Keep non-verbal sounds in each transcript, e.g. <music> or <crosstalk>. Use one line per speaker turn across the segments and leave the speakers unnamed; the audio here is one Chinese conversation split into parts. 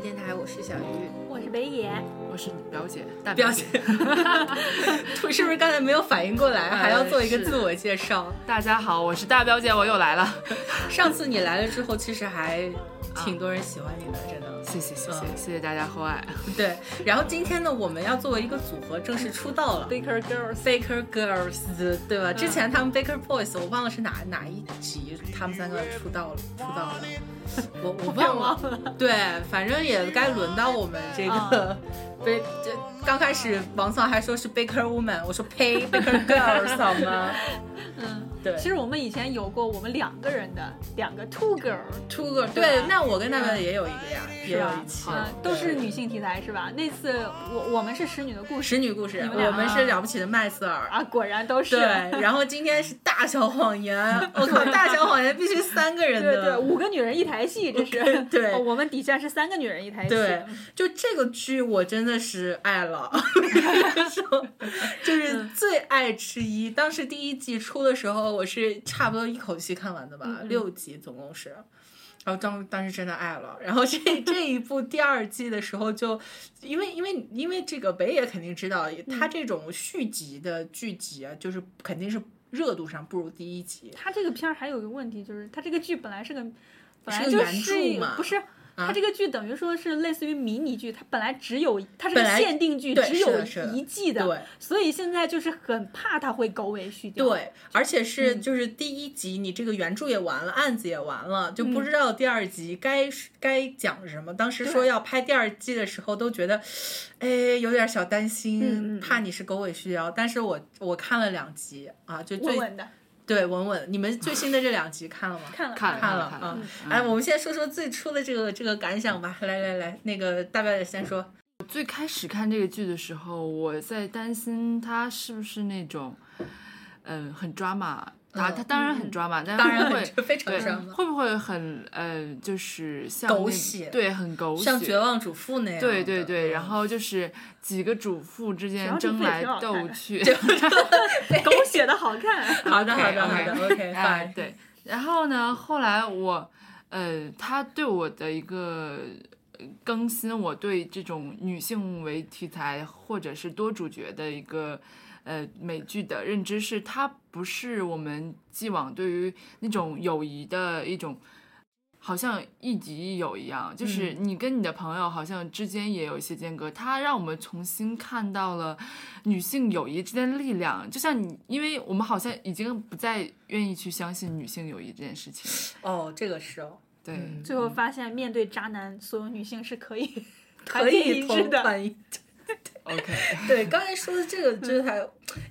电台，我是小鱼，
我是北野，
我是你表姐，大
表
姐
姐。 <laughs> 是不是刚才没有反应过来，还要做一个
是
自我介绍？
大家好，我是大表姐，我又来了。
<laughs> 上次你来了之后，其实还挺多人喜欢你的，真的。
谢谢谢谢、
嗯
谢谢大家厚爱。
对，然后今天呢，我们要作为一个组合正式出道了。
Baker Girls。
Baker Girls，对吧？之前他们 Baker Boys，我忘了是哪哪一集，他们三个出道了，出道了，我我忘了。对，反正也该轮到我们这个。被这刚开始，王嫂还说是 Baker Woman，我说呸，Baker <laughs> Girls 好吗？
嗯，
对
其实我们以前有过我们两个人的两个 Two Girl，
出个
对
对嗯
吧，
那我跟大表姐也有一个呀，也
是
有
吧
一？期
啊，都是女性题材是吧？那次我我们是使女的故事
使女故事，
们俩
我们是了不起的麦瑟尔。
啊，果然都是 <laughs>
对，然后今天是大小谎 <laughs> 言，我靠，大小谎言必须三个人
对
的，
对，五个女人一台戏，这是
<laughs> 对
哦我们底下是三个女人一台戏，
对，就这个剧我真的是爱了，说就是最爱之一。当时第一季出的时候，我是差不多一口气看完的吧，
嗯嗯
六集总共是。然后当当时真的爱了，然后这这一部第二季的时候就，因为因为因为这个北野肯定知道，他这种续集的剧集啊，就是肯定是热度上不如第一集，
他这个片儿还有一个问题，就是他这个剧本来是个，本
是
来
个
就
原
是
著嘛啊
不是。他这个剧等于说是类似于迷你剧，它本来只有它是个
本来
限定剧，
对
只
是
有
的是的
一季
对。
所以现在就是很怕它会高位续掉。，
对，而且是
嗯
就是第一集你这个原著也完了，案子也完了，就
嗯
不知道第二集该是该讲什么。当时说
对
要拍第二季的时候，都觉得，哎，有点小担
嗯嗯
心，
嗯
怕你是狗尾续貂。但是我我看了两集啊，就最
稳稳的
对稳稳。你们最新的这两集看了吗？
看了
啊看
了
了
看
看
了
看
啊
了。嗯
哎，我们先说说最初的这个这个感想吧。来来来，那个大表姐先说。
最开始看这个剧的时候，我在担心它是不是那种，嗯、很抓马。啊，
嗯
它当然很抓马，但
当
是
然
<laughs> 会
很
不会
非常
对
抓马
会不会很呃，就是像
狗
那
血
对，很狗血，
像绝望主妇那样的，
对对对，然
嗯
后就是几个主妇之
主要
间
主妇
争
也
来
挺好看
斗
<laughs>
的
去，
狗血的好看。
好的好的
OK，OK
好的，OK，
哎，
fine，
对。然后呢，后来我，呃，他对我的一个呃更新，我对这种女性为题材或者是多主角的一个。呃，美剧的认知是，它不是我们既往对于那种友谊的一种，好像亦敌亦友一样，
嗯
就是你跟你的朋友好像之间也有一些间隔。它让我们重新看到了女性友谊之间的力量，就像你，因为我们好像已经不再愿意去相信女性友谊这件事情了。
哦，这个是哦。
对，
嗯
最后发现，面对渣男，所有女性是可以团
可
结
以
一
同
致的。
款一。 <laughs>
OK，
对，刚才说的这个就是还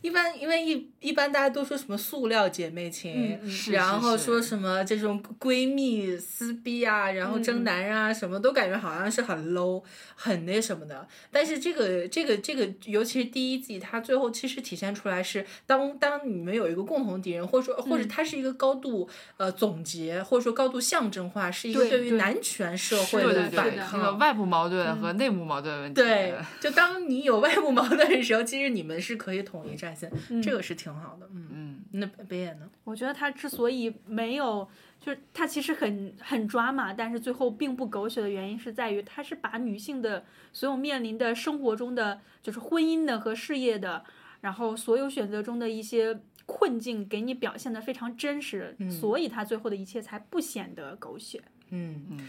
一般，因为一一般大家都说什么塑料姐妹情
嗯，嗯
是
然后
是
说什么这种闺蜜撕逼啊，然后争男人啊，什么都感觉好像是很 low、很那什么的。但是这个这个这个，尤其是第一季，它最后其实体现出来是当当你们有一个共同敌人，或者说或者它是一个高度、呃总结，或者说高度象征化，是一个
对
对于
对
男权社会
对对
的
对
反
对，那
抗。嗯
个外部矛盾和内部矛盾问题。
对，哎
呃
就当你有外部矛盾的时候，其实你们是可以统一战线，
嗯
这个是挺好的。嗯，
嗯，
那北野呢？
我觉得他之所以没有，就是他其实很很抓马，但是最后并不狗血的原因是在于，他是把女性的所有面临的生活中的，就是婚姻的和事业的，然后所有选择中的一些困境，给你表现的非常真实，
嗯
所以他最后的一切才不显得狗血。
嗯
嗯，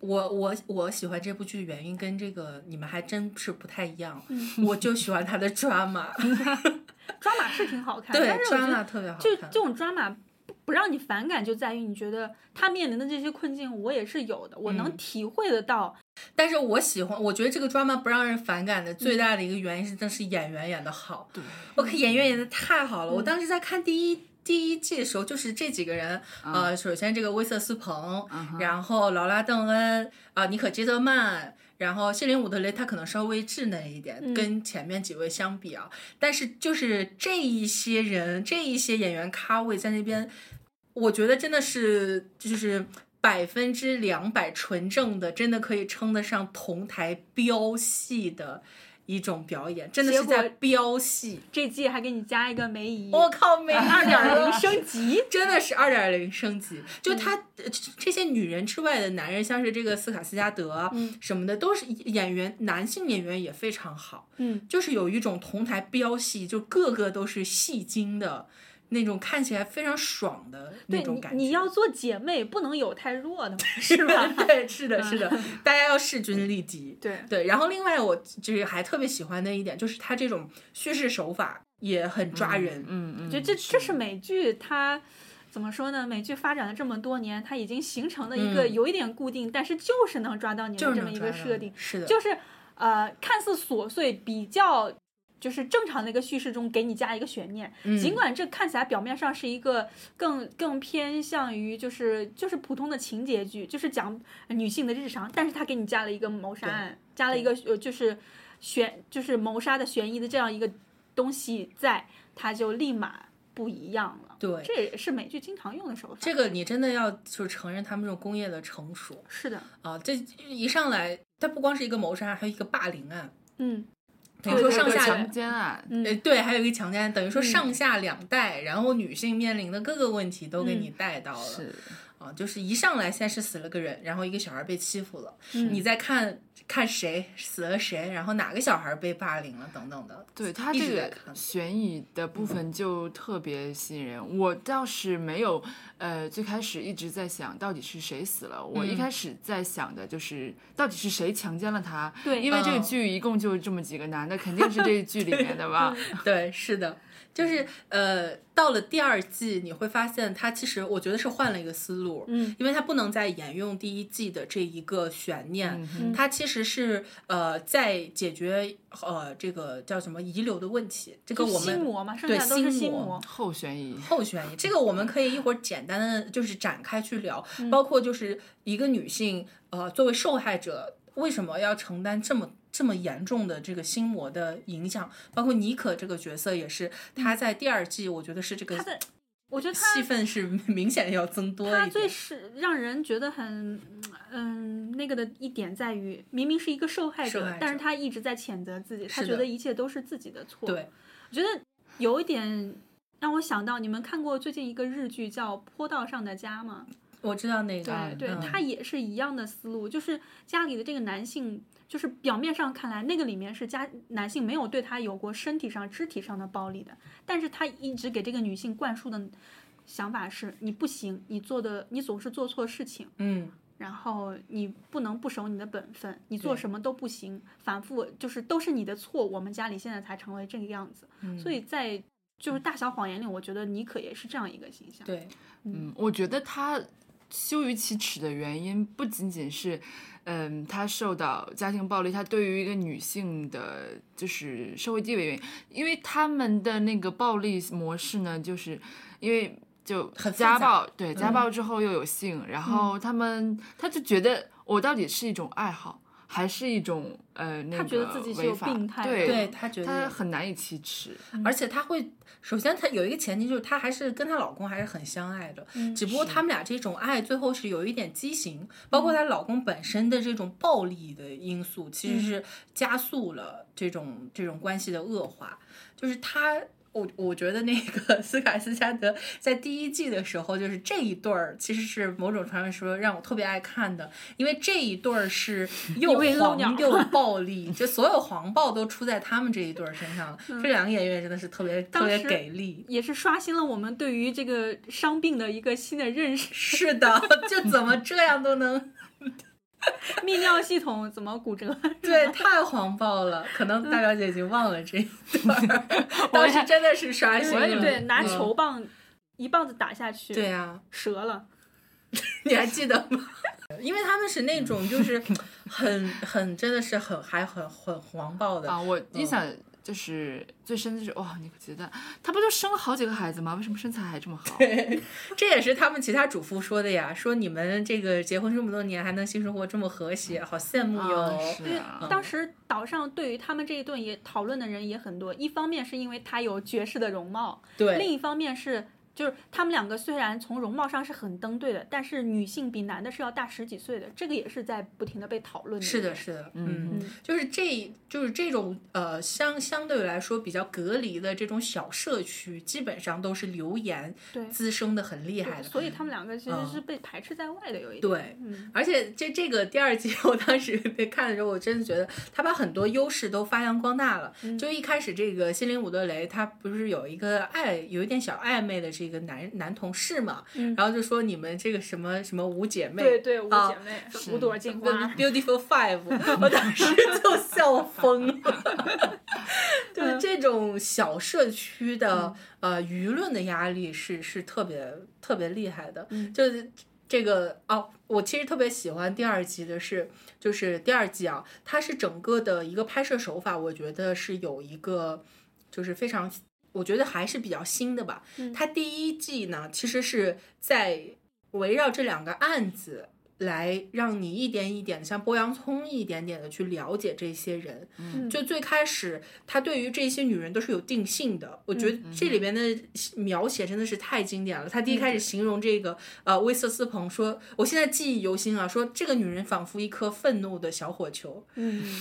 我我我喜欢这部剧原因跟这个你们还真是不太一样，
嗯
我就喜欢它的
<laughs>
drama，
抓马是挺好看，
对
但是我觉得
，drama 特别好
就
看
这。种抓马不不让你反感，就在于你觉得他面临的这些困境，我也是有的，我
嗯
能体会得到。
但是我喜欢，我觉得这个 drama 不让人反感的
嗯
最大的一个原因是，真是演员演的好。
对，
我看演员演的太好
嗯
了，我当时在看第一。第一季的时候，就是这几个人，
啊
呃，首先这个威瑟斯彭，
嗯哼
然后劳拉·邓恩啊、妮可基德曼，然后谢林伍德雷，他可能稍微稚嫩一点，
嗯
跟前面几位相比啊，但是就是这一些人，这一些演员咖位在那边，我觉得真的是就是百分之两百纯正的，真的可以称得上同台飙戏的一种表演，真的
结
是在
果
飙戏。
这季还给你加一个梅姨，
我靠，
<laughs>
美
二
二
点
点
零
零
升
<laughs>
级，
真的是二点零升级，
嗯
就他、呃这这些女人之外的男人，像是这个斯卡斯加德啊
嗯
什么的，都是演员，男性演员也非常好，
嗯，
就是有一种同台飙戏，就个个都是戏精的那种，看起来非常爽的那
对
种
你
感觉。
你要做姐妹，不能有太弱的嘛，是吧？
<laughs>
嗯
对，是的，是的， <laughs> 大家要势均力敌。
对，
对，嗯然后另外我就是还特别喜欢的一点，就是他这种叙事手法也很抓人。
嗯嗯，
就这这是美剧它。怎么说呢？美剧发展了这么多年，它已经形成了一个
嗯
有一点固定，但是就是能抓到你
就
的
是
这
能
么一
抓
个
到
设
你
定，
是的，
就是呃，看似琐碎，比较就是正常的一个叙事中给你加一个悬念，
嗯
尽管这看起来表面上是一个更更偏向于就是就是普通的情节剧，就是讲女性的日常，但是他给你加了一个谋杀案，加了一个呃就是悬就是谋杀的悬疑的这样一个东西在，它就立马不一样了。
对
这也是美剧经常用的手法。
这个你真的要就是承认他们这种工业的成熟
是的，
啊！这一上来，它不光是一个谋杀案，还有一个霸凌案，
嗯
等于说上
有个
下
强奸案，
呃
嗯，
对，还有一个强奸案，等于说上下两代，然后女性面临的各个问题都给你
嗯
带到了、
是
啊！就是一上来先是死了个人，然后一个小孩被欺负了，
嗯
你再看看谁死了谁，然后哪个小孩被霸凌了等等的，
对他
一
这
直在
个
看嗯
悬疑的部分就特别吸引人。我倒是没有，呃，最开始一直在想到底是谁死了。我一
嗯
开始在想的就是到底是谁强奸了他，
对，
因为这个
嗯
剧一共就这么几个男的，肯定是这个剧里面的吧？
<laughs> 对，是的，就是
嗯
呃，到了第二季，你会发现它其实我觉得是换了一个思路，
嗯，
因为它不能再沿用第一季的这一个悬念，
嗯哼
它其实是呃在解决呃这个叫什么遗留的问题，这个
就
我
心
们。
魔嘛，剩
对
下都是
心
心
魔
魔。
后悬疑，
后悬疑，这个我们可以一会儿简单的就是展开去聊，
嗯
包括就是一个女性，呃，作为受害者，为什么要承担这么这么严重的这个心魔的影响？包括妮可这个角色也是，她在第二季，我觉得是这个
嗯他的，我觉得他
戏份是明显要增多
他
一
最
点。
是让人觉得很，嗯，那个的一点在于，明明是一个受害
受
者，
害
但是
者
他一直在谴责自己，他
是
觉
的
得一切都是自己的错。
对，
我觉得有一点让我想到，你们看过最近一个日剧叫《坡道上的家》吗？
我知道那个，
对对，
嗯
他也是一样的思路，就是家里的这个男性，就是表面上看来那个里面是家男性没有对他有过身体上、肢体上的暴力的，但是他一直给这个女性灌输的想法是：你不行，你做的你总是做错事情，
嗯，
然后你不能不守你的本分，你做
对
什么都不行，反复就是都是你的错。我们家里现在才成为这个样子，
嗯
所以在就是《大小谎言》里，我觉得妮可也是这样一个形象。
对，
嗯，我觉得他羞于启齿的原因不仅仅是，嗯，他受到家庭暴力，他对于一个女性的就是社会地位原因，因为他们的那个暴力模式呢，就是因为。就
很复
家
杂嗯
暴，对家暴之后又有性，然后他们他就觉得我到底是一种爱好，还是一种呃那个
觉得自己是
违
有
法
病态的
对
对他觉
他
得，嗯
很难以启齿，
而且他会，首先他有一个前提就是他还是跟她老公还是很相爱的，只不过他们俩这种爱最后是有一点畸形，包括她老公本身的这种暴力的因素，其实是加速了这种这种关系的恶化。就是她，我我觉得那个 <laughs> 斯卡斯加德在第一季的时候，就是这一对儿其实是某种程度上说让我特别爱看的，因为这一对儿是又
位漏鸟
黄又暴力，就所有黄暴都出在他们这一对儿身上了。这两个演员真的是特别特
当
别
时
给力。
也是刷新了我们对于这个伤病的一个新的认识。 <laughs>
是的，就怎么这样都能，
泌尿系统怎么骨折？啊
对，太黄暴了。可能大表姐已经忘了这一段儿，当时真的是刷新
我也
了。
对，拿
嗯
球。棒一棒子打下去，
对呀、
折了。
你还记得吗？ <laughs> 因为他们是那种就是很很真的是很还很很黄暴的
啊，我印象就是最深的就是哇，你觉得她不就生了好几个孩子吗？为什么身材还这么好？
这也是他们其他主妇说的呀，说你们这个结婚这么多年还能性生活这么和谐，好羡慕哟。
啊是啊，
当时岛上对于他们这一顿也讨论的人也很多，一方面是因为他有绝世的容貌，
对
另一方面是就是他们两个虽然从容貌上是很登对的，但是女性比男的是要大十几岁的，这个也是在不停的被讨论的。
是的，，是的，嗯，
嗯
嗯
就是这就是这种呃相相对来说比较隔离的这种小社区，基本上都是流言
对，
滋生的很厉害的，
所以他们两个其实
嗯
是被排斥在外的，有一点。
对。
嗯，
而且这这个第二季， <laughs> 我当时被看的时候，我真的觉得他把很多优势都发扬光大了。
嗯
就一开始这个心灵伍德雷，他不是有一个暧有一点小暧昧的这个男男同事嘛，
嗯
然后就说你们这个什么什么五姐妹，
对对，五
啊
姐妹，五朵金花。
Beautiful Five，我 <laughs> 当时就笑疯了。 <laughs>
嗯
就是这种小社区的、呃舆论的压力是是特别特别厉害的，
嗯
就是。这个哦，我其实特别喜欢第二集的是，就是第二季啊，它是整个的一个拍摄手法，我觉得是有一个，就是非常，我觉得还是比较新的吧。
嗯
它第一季呢，其实是在围绕这两个案子来让你一点一点的像剥洋葱一点点的去了解这些人。
嗯
就最开始他对于这些女人都是有定性的，我觉得这里边的描写真的是太经典了。他第一开始形容这个、呃威瑟斯彭说，我现在记忆犹新啊，说这个女人仿佛一颗愤怒的小火球。
嗯，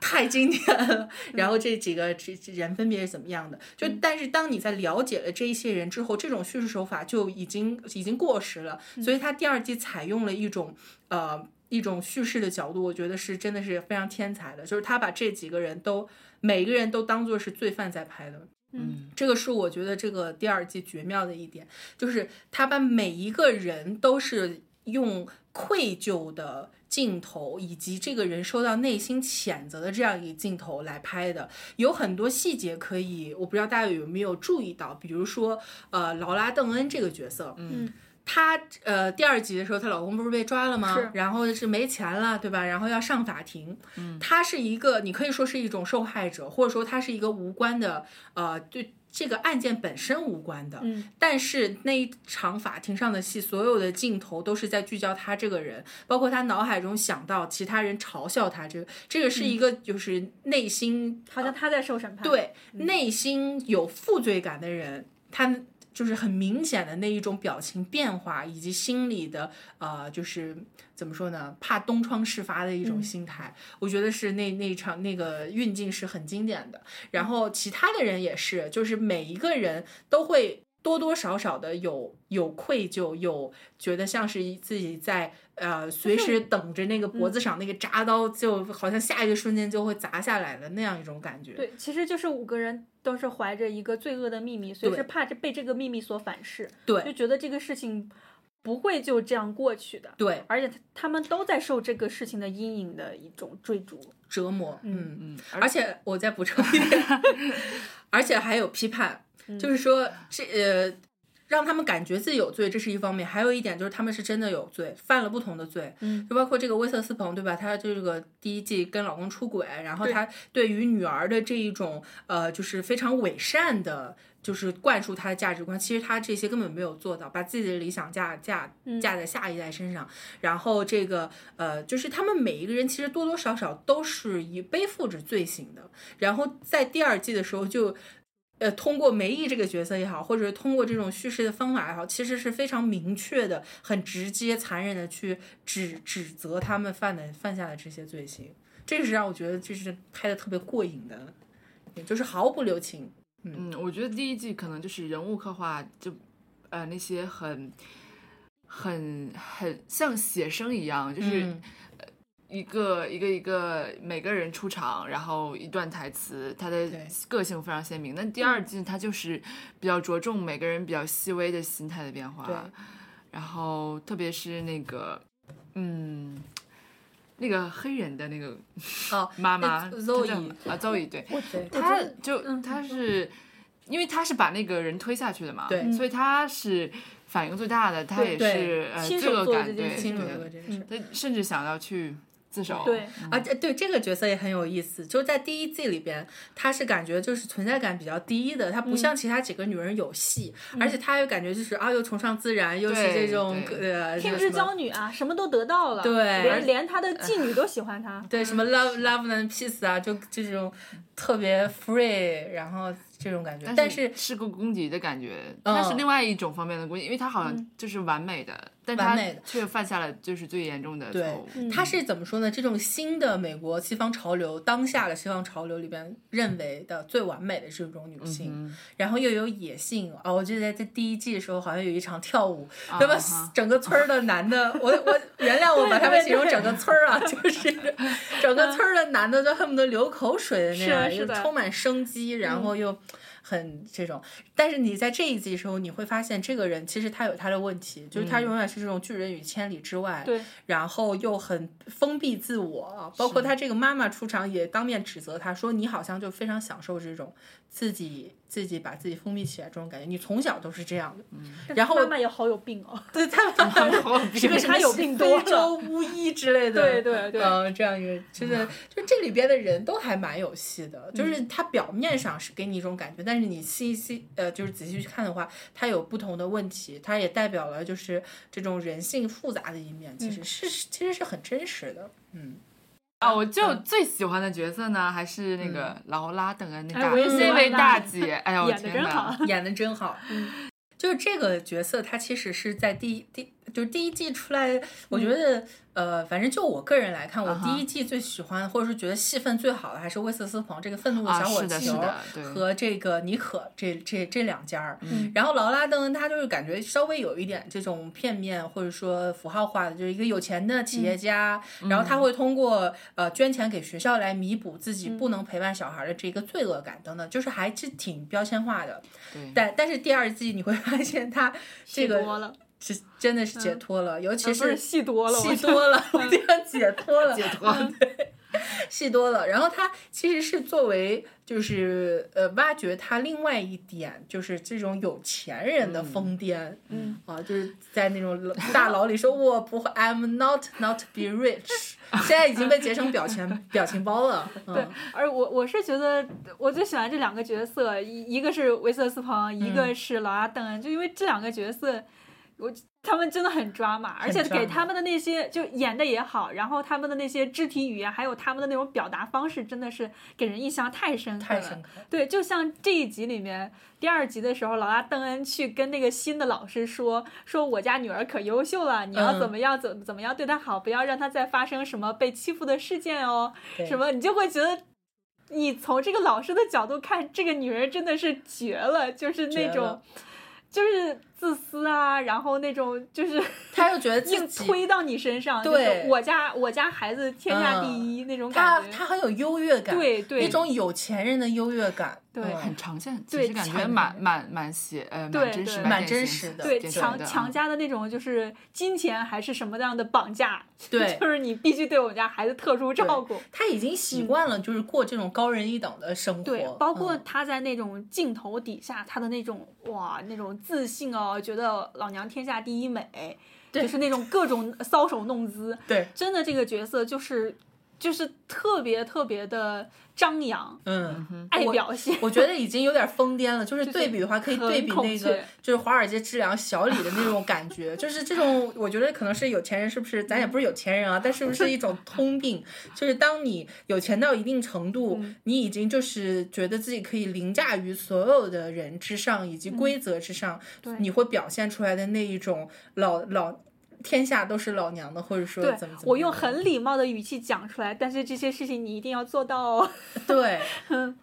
太经典了。然后这几个这这人分别是怎么样的？就但是当你在了解了这一些人之后，这种叙事手法就已经已经过时了。所以他第二季采用了一种呃一种叙事的角度，我觉得是真的是非常天才的，就是他把这几个人都每个人都当做是罪犯在拍的。
嗯，
这个是我觉得这个第二季绝妙的一点，就是他把每一个人都是用愧疚的镜头，以及这个人受到内心谴责的这样一个镜头来拍的，有很多细节可以，我不知道大家有没有注意到，比如说，呃，劳拉·邓恩这个角色，
嗯，
她呃第二集的时候，她老公不是被抓了吗
是？
然后是没钱了，对吧？然后要上法庭，嗯，她是一个，你可以说是一种受害者，或者说她是一个无关的，呃，对这个案件本身无关的，
嗯，
但是那一场法庭上的戏，所有的镜头都是在聚焦他这个人，包括他脑海中想到其他人嘲笑他，这个这个
嗯
是一个就是内心、
好像他在受审判。，
对内心有负罪感的人，他就是很明显的那一种表情变化，以及心理的呃，就是怎么说呢，怕东窗事发的一种心态。我觉得是那那一场那个运镜是很经典的。然后其他的人也是，就是每一个人都会。多多少少的有有愧疚，有觉得像是自己在呃随时等着那个脖子上那个铡刀，就好像下一个瞬间就会砸下来的那样一种感觉。
对，其实就是五个人都是怀着一个罪恶的秘密，所以
对
是怕这被这个秘密所反噬，
对
就觉得这个事情不会就这样过去的。
对，
而且他他们都在受这个事情的阴影的一种追逐。
折磨，嗯
嗯，
而且我再补充一 <laughs> 点，而且还有批判，就是说这呃，让他们感觉自己有罪，这是一方面；还有一点就是他们是真的有罪，犯了不同的罪，
嗯，
就包括这个威瑟斯彭，对吧？她这个第一季跟老公出轨，然后
对
她对于女儿的这一种呃，就是非常伪善的。就是灌输她的价值观，其实她这些根本没有做到，把自己的理想架架
嗯
架在下一代身上，然后这个呃，就是他们每一个人其实多多少少都是以背负着罪行的。然后在第二季的时候就。呃，通过梅姨这个角色也好，或者是通过这种叙事的方法也好，其实是非常明确的、很直接、残忍的去指指责他们犯的犯下的这些罪行，这个是让我觉得就是拍的特别过瘾的，也就是毫不留情。
嗯，我觉得第一季可能就是人物刻画就，呃，那些很、很、很像写生一样，就是
嗯
一个、一个一个每个人出场，然后一段台词，他的
对嗯
个性非常鲜明。但第二季它就是比较着重每个人比较细微的心态的变
对
化，然后特别是那个，嗯。那个黑人的那个
哦，
妈妈，
呃
她
，Zoe
叫什么啊，Zoe 对，
对
我
他
觉得
就
嗯
他
你说
是，因为他是把那个人推下去的嘛，
对
所以他是反应最大的，他
对
也
对
是呃
亲
罪
手
恶
做
感，
这
对
件事
金
情
融
对
的这是。
对，嗯他甚至想要去自首，
对，
啊，这对这个角色也很有意思，就是在第一季里边，她是感觉就是存在感比较低的，她不
嗯
像其他几个女人有戏，而且她又感觉就是啊，又崇尚自然，又是
对
这种
对
呃
天
什
之
么
骄女啊，什么都得到了，
对而
连连他的
<laughs>
妓女都喜欢他。
对什么 love love and peace 啊，就这种特别 free，然后这种感觉。
但
但
是
是
是个攻击的感觉，它是
嗯
另外一种方面的攻击，因为它好像就是完美的，但它
完美的
却犯下了就是最严重的
对
错误。
它是怎么说呢？这种新的美国西方潮流，当下的西方潮流里边认为的最完美的这种女性，
嗯 <laughs>
然后又有野性啊、我记得在第一季的时候，好像有一场跳舞，
啊
那么
哈
整个村儿的男的，
<laughs>
我我原谅我把他们形容整个村儿啊，就是整个村儿的男的都恨不得流口水的那样，
是
又
是的嗯
充满生机，然后又很这种。但是你在这一季的时候，你会发现这个人其实他有他的问题，就是他永远是这种拒人于千里之外，
嗯对，
然后又很封闭自我，包括他这个妈妈出场也当面指责他说：“你好像就非常享受这种自己自己把自己封闭起来这种感觉，你从小都是这样的。”然后
妈妈也好有病哦，
对 <laughs> 他们
好有
这
病
个什么
他有病多
非洲巫医之类的，
对对对
嗯，这样一个真的，就这里边的人都还蛮有戏的，
嗯
就是他表面上是给你一种感觉，但是你细细呃，就是仔细去看的话，他有不同的问题，他也代表了就是这种人性复杂的一面，其实是是其实是很真实的，嗯，
嗯啊！我就最喜欢的角色呢，还是那个
嗯
劳拉等恩那
哎
大
我也喜
那
欢
位
劳
大
拉
姐，哎
哦
呀，我
演的
天
真
哪
好！。
演的真好，
嗯
就是这个角色，他其实是在第一第就是第一季出来，我觉得、呃，反正就我个人来看，我
嗯啊哈
第一季最喜欢、或者是觉得戏份最好的还是威瑟斯彭这个愤怒的
啊
小哦
是
火
的是
球
的对
和这个妮可这这这两家儿。
嗯
然后劳拉邓恩他就是感觉稍微有一点这种片面或者说符号化的，就是一个有钱的企
嗯
业家，然后他会通过呃捐钱给学校来弥补自
嗯
己不能陪伴小孩的这个罪恶感等等，就是还是挺标签化的。
对
但但是第二季你会发现他这
戏多
个
了，
是真的是解脱了，尤其
啊不是
是
戏多了，我
戏多了，我竟然解脱
<laughs>
了，
解脱了
戏多了。然后他其实是作为就是呃挖掘他另外一点，就是这种有钱人的疯癫，
嗯
啊，就是在那种老大牢里说我不会，I'm not not be
<laughs>
rich，现在已经被截成表情表情包了，
对
嗯，，
而我我是觉得我最喜欢这两个角色，一一个是维瑟斯彭，一
嗯
个是劳拉邓恩，就因为这两个角色，我他们真的很抓马，而且
抓
给
马
他们的那些就演的也好，然后他们的那些肢体语言，还有他们的那种表达方式，真的是给人印象太深刻
太
了。
深刻了，
对，就像这一集里面第二集的时候，劳拉邓恩去跟那个新的老师说，说我家女儿可优秀了，你要
嗯
怎么样怎、怎么样对她好，不要让她再发生什么被欺负的事件哦，
对
什么你就会觉得。你从这个老师的角度看，这个女人真的是绝了，就是
绝
那
了
种，就是自私啊，然后那种就是
他又觉得自
硬
己
推到你身上，
对
就是我家我家孩子天下第
嗯
一、那种
他
感觉，
他很有优越感，
对对
一种有钱人的优越感，
对
嗯
很
<laughs>
常见，其
对
实感觉
常
蛮蛮蛮写呃蛮
对
真实
对
蛮
典
真
型
实的啊
对
典型
强
的
强加的那种，就是金钱还是什么样的绑架， <laughs>
对
就是你必须对我们家孩子特殊照顾。
他已经习惯了，就是过这种高人一等的生活。
嗯对，包括
嗯
他在那种镜头底下，他的那种哇，那种自信哦，觉得老娘天下第一美，
对
就是那种
<laughs>
各种搔首弄姿，
对，
真的这个角色就是就是特别特别的张扬，
嗯，
爱
我
表现。
我觉得已经有点疯癫了。就是
就是
对比的话，可以
很
对比
孔
那个
雀
就是《华尔街之狼》小李的那种感觉，就是这种，我觉得可能是有钱人，是不是？咱也不是有钱人啊，但是不是一种通病？就是当你有钱到一定程度，
嗯
你已经就是觉得自己可以凌驾于所有的人之上，以及规则之上，
嗯对
你会表现出来的那一种老老。天下都是老娘的，或者说
对
怎么怎么样的，啊
我用很礼貌的语气讲出来，但是这些事情你一定要做到哦。 <laughs>
对，嗯、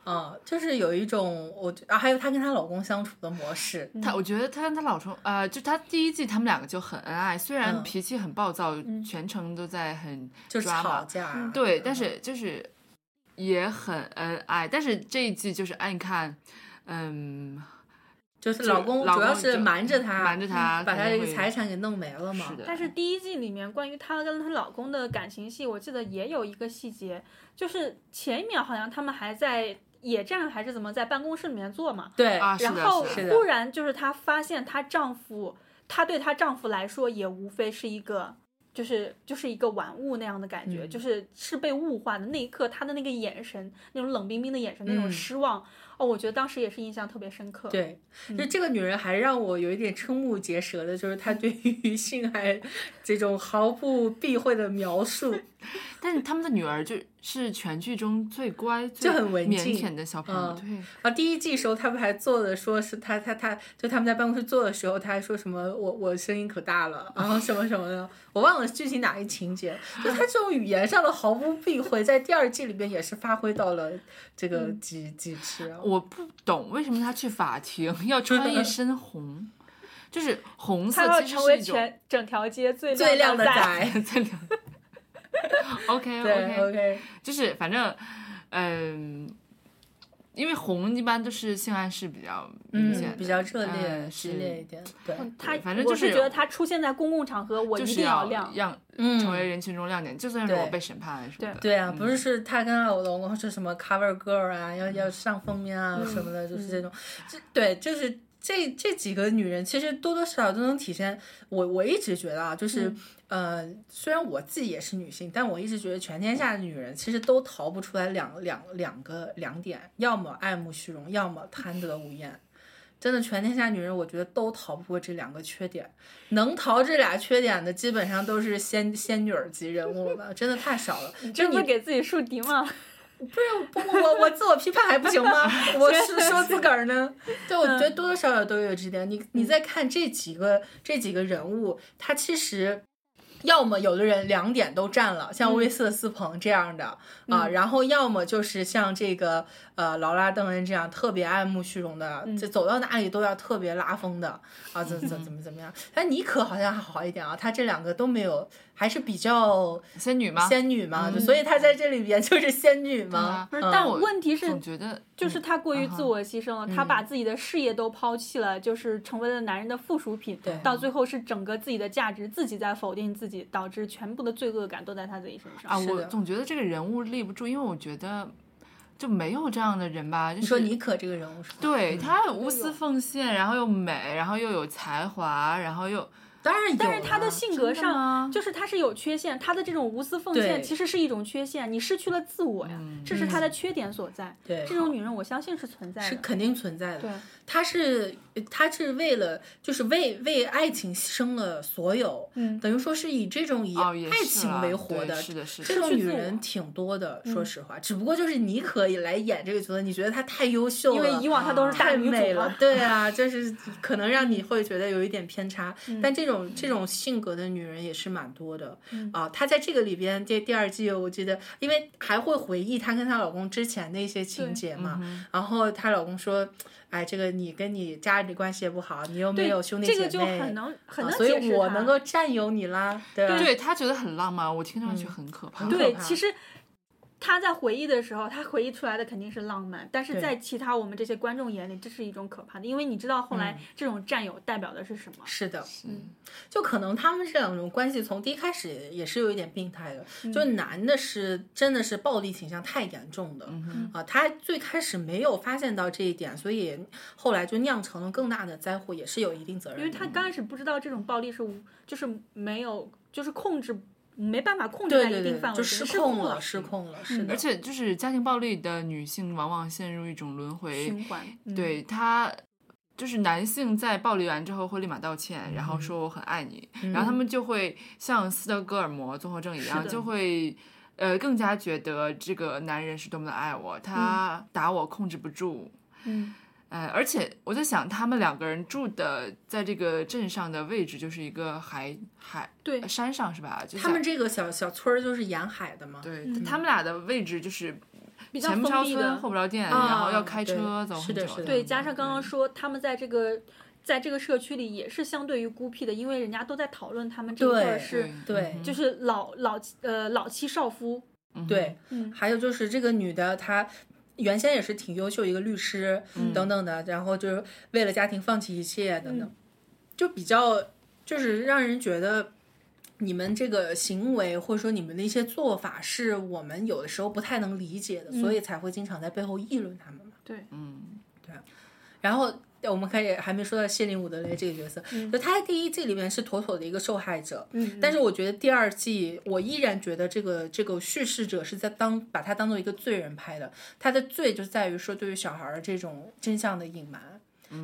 就是有一种我啊，还有她跟她老公相处的模式，
嗯
她，我觉得她跟她老公，呃，就她第一季他们两个就很恩爱，虽然
嗯
脾气很暴躁，全程都在很
就是
抓
吵
嘛，
架，啊嗯
对，但是就是也很恩爱，但是这一季就是按看，嗯，
就是老公
老
主要
公
是
就
瞒着她，嗯
瞒着她
把
可
她
能
这个
会
财产给弄没了嘛。
是的
但是第一季里面关于她跟她老公的感情戏，我记得也有一个细节，就是前一秒好像他们还在野战还是怎么，在办公室里面坐嘛，
对，
啊，是
然
的，
后
是
是
的，
的
忽然就是她发现她丈夫，她对她丈夫来说也无非是一个。就是就是一个玩物那样的感觉，
嗯
就是是被物化的那一刻，她的那个眼神，那种冷冰冰的眼神，那种
嗯
失望，哦，我觉得当时也是印象特别深刻。
对，就这个女人还让我有一点瞠目结舌的，就是她对于性爱这种毫不避讳的描述， <laughs>
但是他们的女儿就是全剧中最乖、最
很文
腼
静
腆的小朋友。对，
啊，第一季时候他们还做的说是他他他，就他们在办公室做的时候，他还说什么我我声音可大了，然后什么什么的，我忘了具体哪一情节。就他这种语言上的毫不避讳，在第二季里边也是发挥到了这个极极致啊。
我不懂为什么他去法庭要穿一身红，就是红
他
色
要
其实
成
是
为
一种
全整条街最
最亮
的
的仔，
这 <laughs> 两 OK
对
OK，
OK，
就是反正嗯、因为红一般都是性暗示比较明显
嗯，
的、
比较热烈、
嗯
激
是
烈一点，对，
他
反正
我
就是
是觉得他出现在公共场合，我
就
一
是
定
要
亮。
让
嗯，
成为人群中亮点，就算是我
对
被审判了什么的。
对啊，不
嗯
是是他跟奥龙或者什么 cover girl 啊，要要上封面啊
嗯
什么的，就是这种，这对，就是这这几个女人，其实多多少少都能体现。我我一直觉得啊，就是、呃，虽然我自己也是女性，但我一直觉得全天下的女人其实都逃不出来两两两个两点，要么爱慕虚荣，要么贪得无厌。真的，全天下女人，我觉得都逃不过这两个缺点。能逃这俩缺点的，基本上都是仙仙女儿级人物了吧？真的太少了。
这不是给自己树敌吗？
不不，我我自我批判还不行吗？ <laughs> 我是说自个儿呢。嗯对，我觉得多多少少都有这点。你你再看这几个这几个人物，他其实。要么有的人两点都占了，像威瑟斯彭这样的、啊，然后要么就是像这个呃劳拉邓恩这样特别爱慕虚荣的，这、走到哪里都要特别拉风的啊，怎怎怎么怎么样？但妮可好像还好一点啊，她这两个都没有，还是比较
仙女吗？
仙女嘛，就所以她在这里边就是仙女嘛
啊。
不是，
嗯
但
我
问题是
总，觉得嗯
就是他过于自我牺牲了，他把自己的事业都抛弃了，就是成为了男人的附属品。
对
到最后是整个自己的价值自己在否定自己，导致全部的罪恶感都在他自己身上。
啊，
是
我
的
总觉得这个人物立不住，因为我觉得就没有这样的人吧。就是
你嗯说妮可这个人物是吧？，
对他无
有
私奉献，然后又美，然后又有才华，然后又
当然有啊，
但是他的性格
真的吗
上，就是他是有缺陷，他的这种无私奉
对
献其实是一种缺陷，你失去了自我呀，这是他的缺点所在。
对
这种女人我相信是存在
是
的。
肯定存在的。
对，
他是他是为了就是为为爱情牺牲了所有，
嗯
等于说是以这种以
哦，也
爱
是
情
啊
为活
对
的。
是的，嗯是
这
的。
种
失去
女
自我
人挺多的，说实话，只不过就是妮可以来演这个角色，你觉得她太优秀了，
因为以往她都是大
啊太
女主
美
嘛
了，对啊，就是可能让你会觉得有一点偏差，
嗯
但这种这种性格的女人也是蛮多的、
嗯
啊。她在这个里边第第二季，我记得，因为还会回忆她跟她老公之前的一些情节
嗯
嘛，然后她老公说，哎，这个你跟你家里关系也不好，你又没有兄弟姐
这
妹，
个就很能很
啊
能
所
解释
以我
她
能够占有你啦，对吧？
对他觉得很浪漫，我听上去很可
嗯
怕。
很可
对，
怕
其实他在回忆的时候，他回忆出来的肯定是浪漫，但是
对
在其他我们这些观众眼里，这是一种可怕的，因为你知道后来这种占有代表的是什么？
嗯是的，
嗯，
就可能他们这两种关系从第一开始也是有一点病态的，
嗯
就男的是真的是暴力倾向太严重的，
嗯
啊，他最开始没有发现到这一点，所以后来就酿成了更大的灾祸，也是有一定责任的。
因为他刚开始不知道这种暴力是无，就是没有，就是控制没办法控制
对
在
对
一定
对，
范围
就
内，
失
控
控了，
了，嗯
失控了，是的，
而且就是家庭暴力的女性往往陷入一种轮回，
循环。嗯，
对她。就是男性在暴力完之后会立马道歉，然后
嗯
说我很爱你，然后他们就会像斯德哥尔摩综合症一样，
的
就会呃更加觉得这个男人是多么的爱我，他打我控制不住，
嗯，
呃，而且我在想，他们两个人住的在这个镇上的位置就是一个海海呃
对
山上是吧？就
他们
在
这个小小村儿就是沿海的嘛，
对、他们俩的位置就是
嗯比较
前不着
封闭
村
的
后。不着店，然后要开车
啊
走
对
很
是的
久。
是的
对，加上刚
嗯
刚说他们在这个。在这个社区里也是相对于孤僻的，因为人家都在讨论他们这一对
对
儿是
对
嗯
就是老老呃老妻少夫，
嗯
对，
嗯
还有就是这个女的她。原先也是挺优秀一个律师等等的，然后就是为了家庭放弃一切等等，就比较就是让人觉得你们这个行为或者说你们的一些做法是我们有的时候不太能理解的，所以才会经常在背后议论他们嘛。
对，
嗯，
然后对，我们开始还没说到谢灵伍德雷这个角色，就他在第一季里面是妥妥的一个受害者，
嗯，
但是我觉得第二季，我依然觉得这个这个叙事者是在当把他当做一个罪人拍的，他的罪就在于说对于小孩儿这种真相的隐瞒。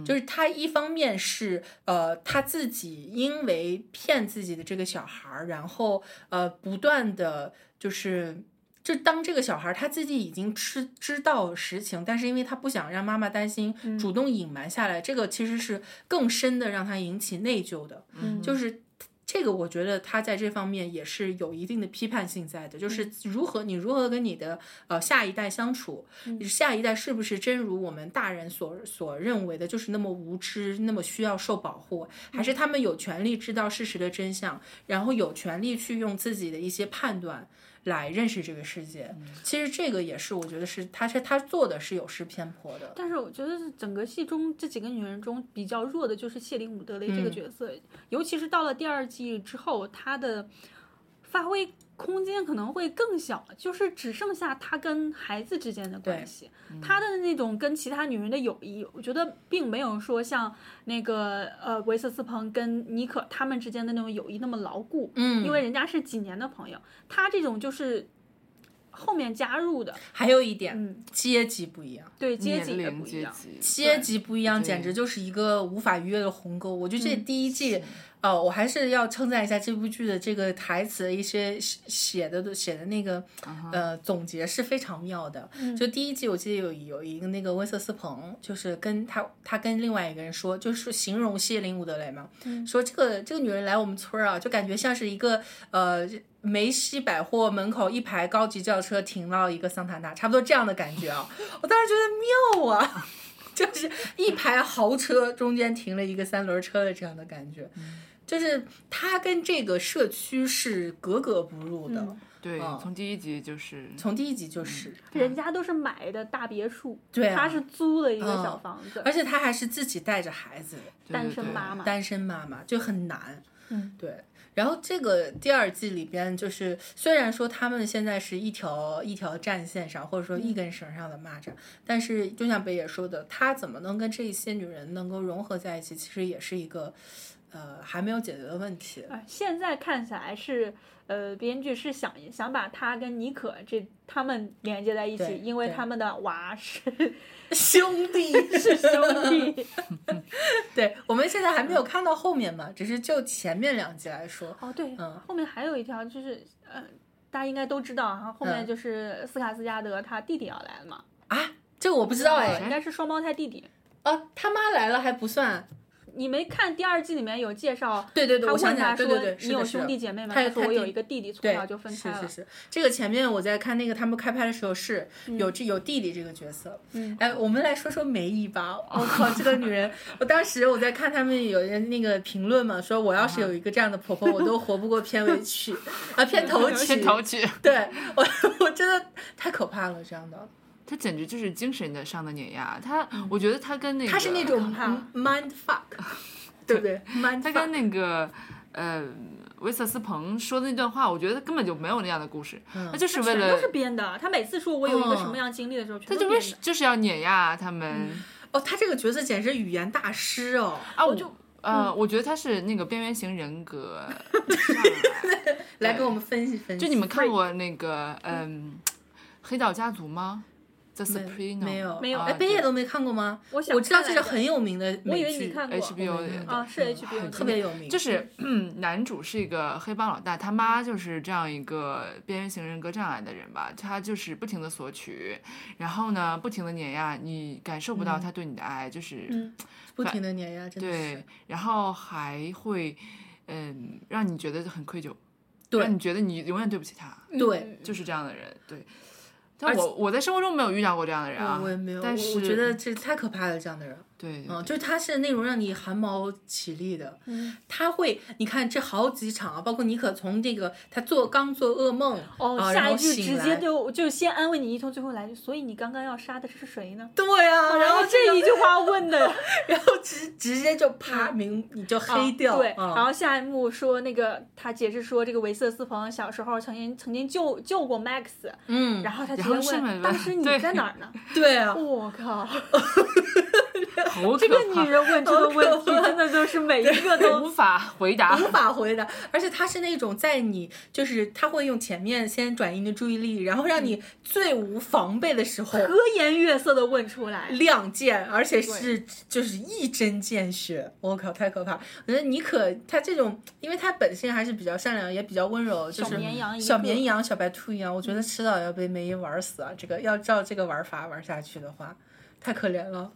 就是他一方面是呃他自己因为骗自己的这个小孩儿，然后呃不断的就是就当这个小孩儿他自己已经知知道实情，但是因为他不想让妈妈担心，主动隐瞒下来，这个其实是更深的让他引起内疚的。
嗯
就是这个，我觉得他在这方面也是有一定的批判性在
嗯
的，就是如何你如何跟你的呃下一代相处，
嗯
下一代是不是真如我们大人所所认为的，就是那么无知，那么需要受保护，还
嗯
是他们有权利知道事实的真相，然后有权利去用自己的一些判断。来认识这个世界，
嗯
其实这个也是我觉得是他是他做的是有失偏颇的，
但是我觉得是整个戏中这几个女人中比较弱的就是谢灵伍德雷
嗯
这个角色，尤其是到了第二季之后，她的发挥空间可能会更小，就是只剩下她跟孩子之间的关系，
嗯
她的那种跟其他女人的友谊，我觉得并没有说像那个呃维瑟斯彭跟妮可他们之间的那种友谊那么牢固，
嗯，
因为人家是几年的朋友，她这种就是后面加入的，
还有一点、
嗯，
阶级不一样。
对阶级
年
也
龄
不一
阶
样。
级，
阶级不一样，
对
简直就是一个无法逾越的鸿沟。我觉得这
嗯
第一季，呃，我还是要称赞一下这部剧的这个台词，一些写写的写的那个
啊
呃总结是非常妙的。
嗯
就第一季，我记得有有一个那个温瑟斯彭，就是跟他他跟另外一个人说，就是形容谢林伍德雷嘛，
嗯
说这个这个女人来我们村儿啊，就感觉像是一个呃。梅西百货门口一排高级轿车停到一个桑塔纳，差不多这样的感觉啊！我当时觉得妙啊， <laughs> 就是一排豪车中间停了一个三轮车的这样的感觉，
嗯
就是它跟这个社区是格格不入的。
嗯
对
嗯，
从第一集就是 <laughs>
从第一集就是，
人家都是买的大别墅，
对啊
他是租了一个
嗯
小房子，
而且她还是自己带着孩子，
对
单
对
身
对
妈妈。
单身妈妈就很难。
嗯，
对。然后这个第二季里边，就是虽然说他们现在是一条一条战线上，或者说一
嗯
根绳上的蚂蚱，但是就像北野说的，他怎么能跟这一些女人能够融合在一起，其实也是一个呃还没有解决的问题。
啊，现在看起来是，呃，编剧是想想把他跟妮可这他们连接在一起，
对
因为
对
他们的娃是
<laughs> 兄弟，
是
<laughs>
兄弟。
对我们现在还没有看到后面嘛，只是就前面两集来说，
哦，对，
嗯
后面还有一条就是，呃，大家应该都知道啊，后
嗯
面就是斯卡斯加德他弟弟要来了嘛，
啊，这个我不知道
应
哎，
该是双胞胎弟弟。
啊，他妈来了还不算，
你没看第二季里面有介绍，
对对对，
他
我想
问
起来，
他
对
说
对对，是
你有
的是
兄
的
弟姐妹吗？
他
说
他
我
弟
有一个弟弟，从
对
小就分开了。
是是是，这个前面我在看那个他们开拍的时候是有这有弟弟这个角色。
嗯，
哎，我们来说说梅姨
<laughs>
吧。我、靠，这个女人，我当时我在看他们有人那个评论嘛，说我要是有一个这样的婆婆，我都活不过片尾曲啊，片头
<laughs>
曲。
片头曲，
对我，我真的太可怕了，这样的。
他简直就是精神的上的碾压。他，我觉得他跟那个
她是那种
可怕
mind fuck，对不
<laughs>
对？mind
他跟
fuck。
那个呃维瑟斯彭说的那段话，我觉得根本就没有那样的故事，他就是
全
为
都
了
是编的。他每次说我有一个
嗯
什么样经历的时候，全
他
都
就
编
为
的。
就是要碾压他们
哦，她这个角色简直语言大师哦。
啊！我就呃，我觉得他是那个边缘型人格上来。
来给我们分析分析。
就你们看过那个嗯《黑道家族》吗？The Soprano
没有
没有
啊
哎，北野
对
都没看过吗？
我想
我知道这
看
是
来着
很有名的
我
美
以为你
剧，
看过
HBO
没看
的
过
啊，是
嗯
HBO
特别有名，
就是 <clears throat> 嗯男主是一个黑帮老大，他妈就是这样一个边缘型人格障碍的人吧，他就是不停的索取，然后呢，不停的碾压，你感受
嗯
不到他对你的爱，就是、
嗯
不停的碾压，真的是
对，然后还会嗯让你觉得很愧疚，
对嗯
让你觉得你永远对不起他，
对
就是这样的人，对。但我我在生活中没有遇到过这样的人啊，
我也没有，
但
我
是
我觉得这太可怕了，这样的人，
对，对
嗯，
<laughs>
就是他是那种让你汗毛起立的，
嗯
他会，你看这好几场啊，包括妮可从这个他做刚做噩梦，
哦，
啊
下
然
一
后
句
醒
直接
来，
就就先安慰你一通，最后来一句，所以你刚刚要杀的是谁呢？
对
哦
啊，然后
这一句话问的，
然后直直接就啪明你就黑掉，
嗯哦啊对，
嗯
然后下一幕说那个他解释说，这个维瑟斯彭小时候曾经曾经救救过 Max，
嗯，啊
然后他直
然
接
后是美
问
文
当时你
对
在哪儿呢？
对啊，
我靠，
好
这
可
个
怕
女，人问这个问题，真的就是每一个
无 <laughs>
都
法回答。
无法回答，而且他是那种在你就是他会用前面先转移你的注意力，然后让
嗯
你最无防备的时候
和颜悦色的问出来。
亮剑，而且是就是一针见血，我靠，太可怕！我觉得妮可她这种，因为她本性还是比较善良，也比较温柔，就
小
是
绵羊一个，嗯
小绵羊、小白兔一样，我觉得迟早要被梅姨玩死啊！这个要照这个玩法玩下去的话，太可怜了。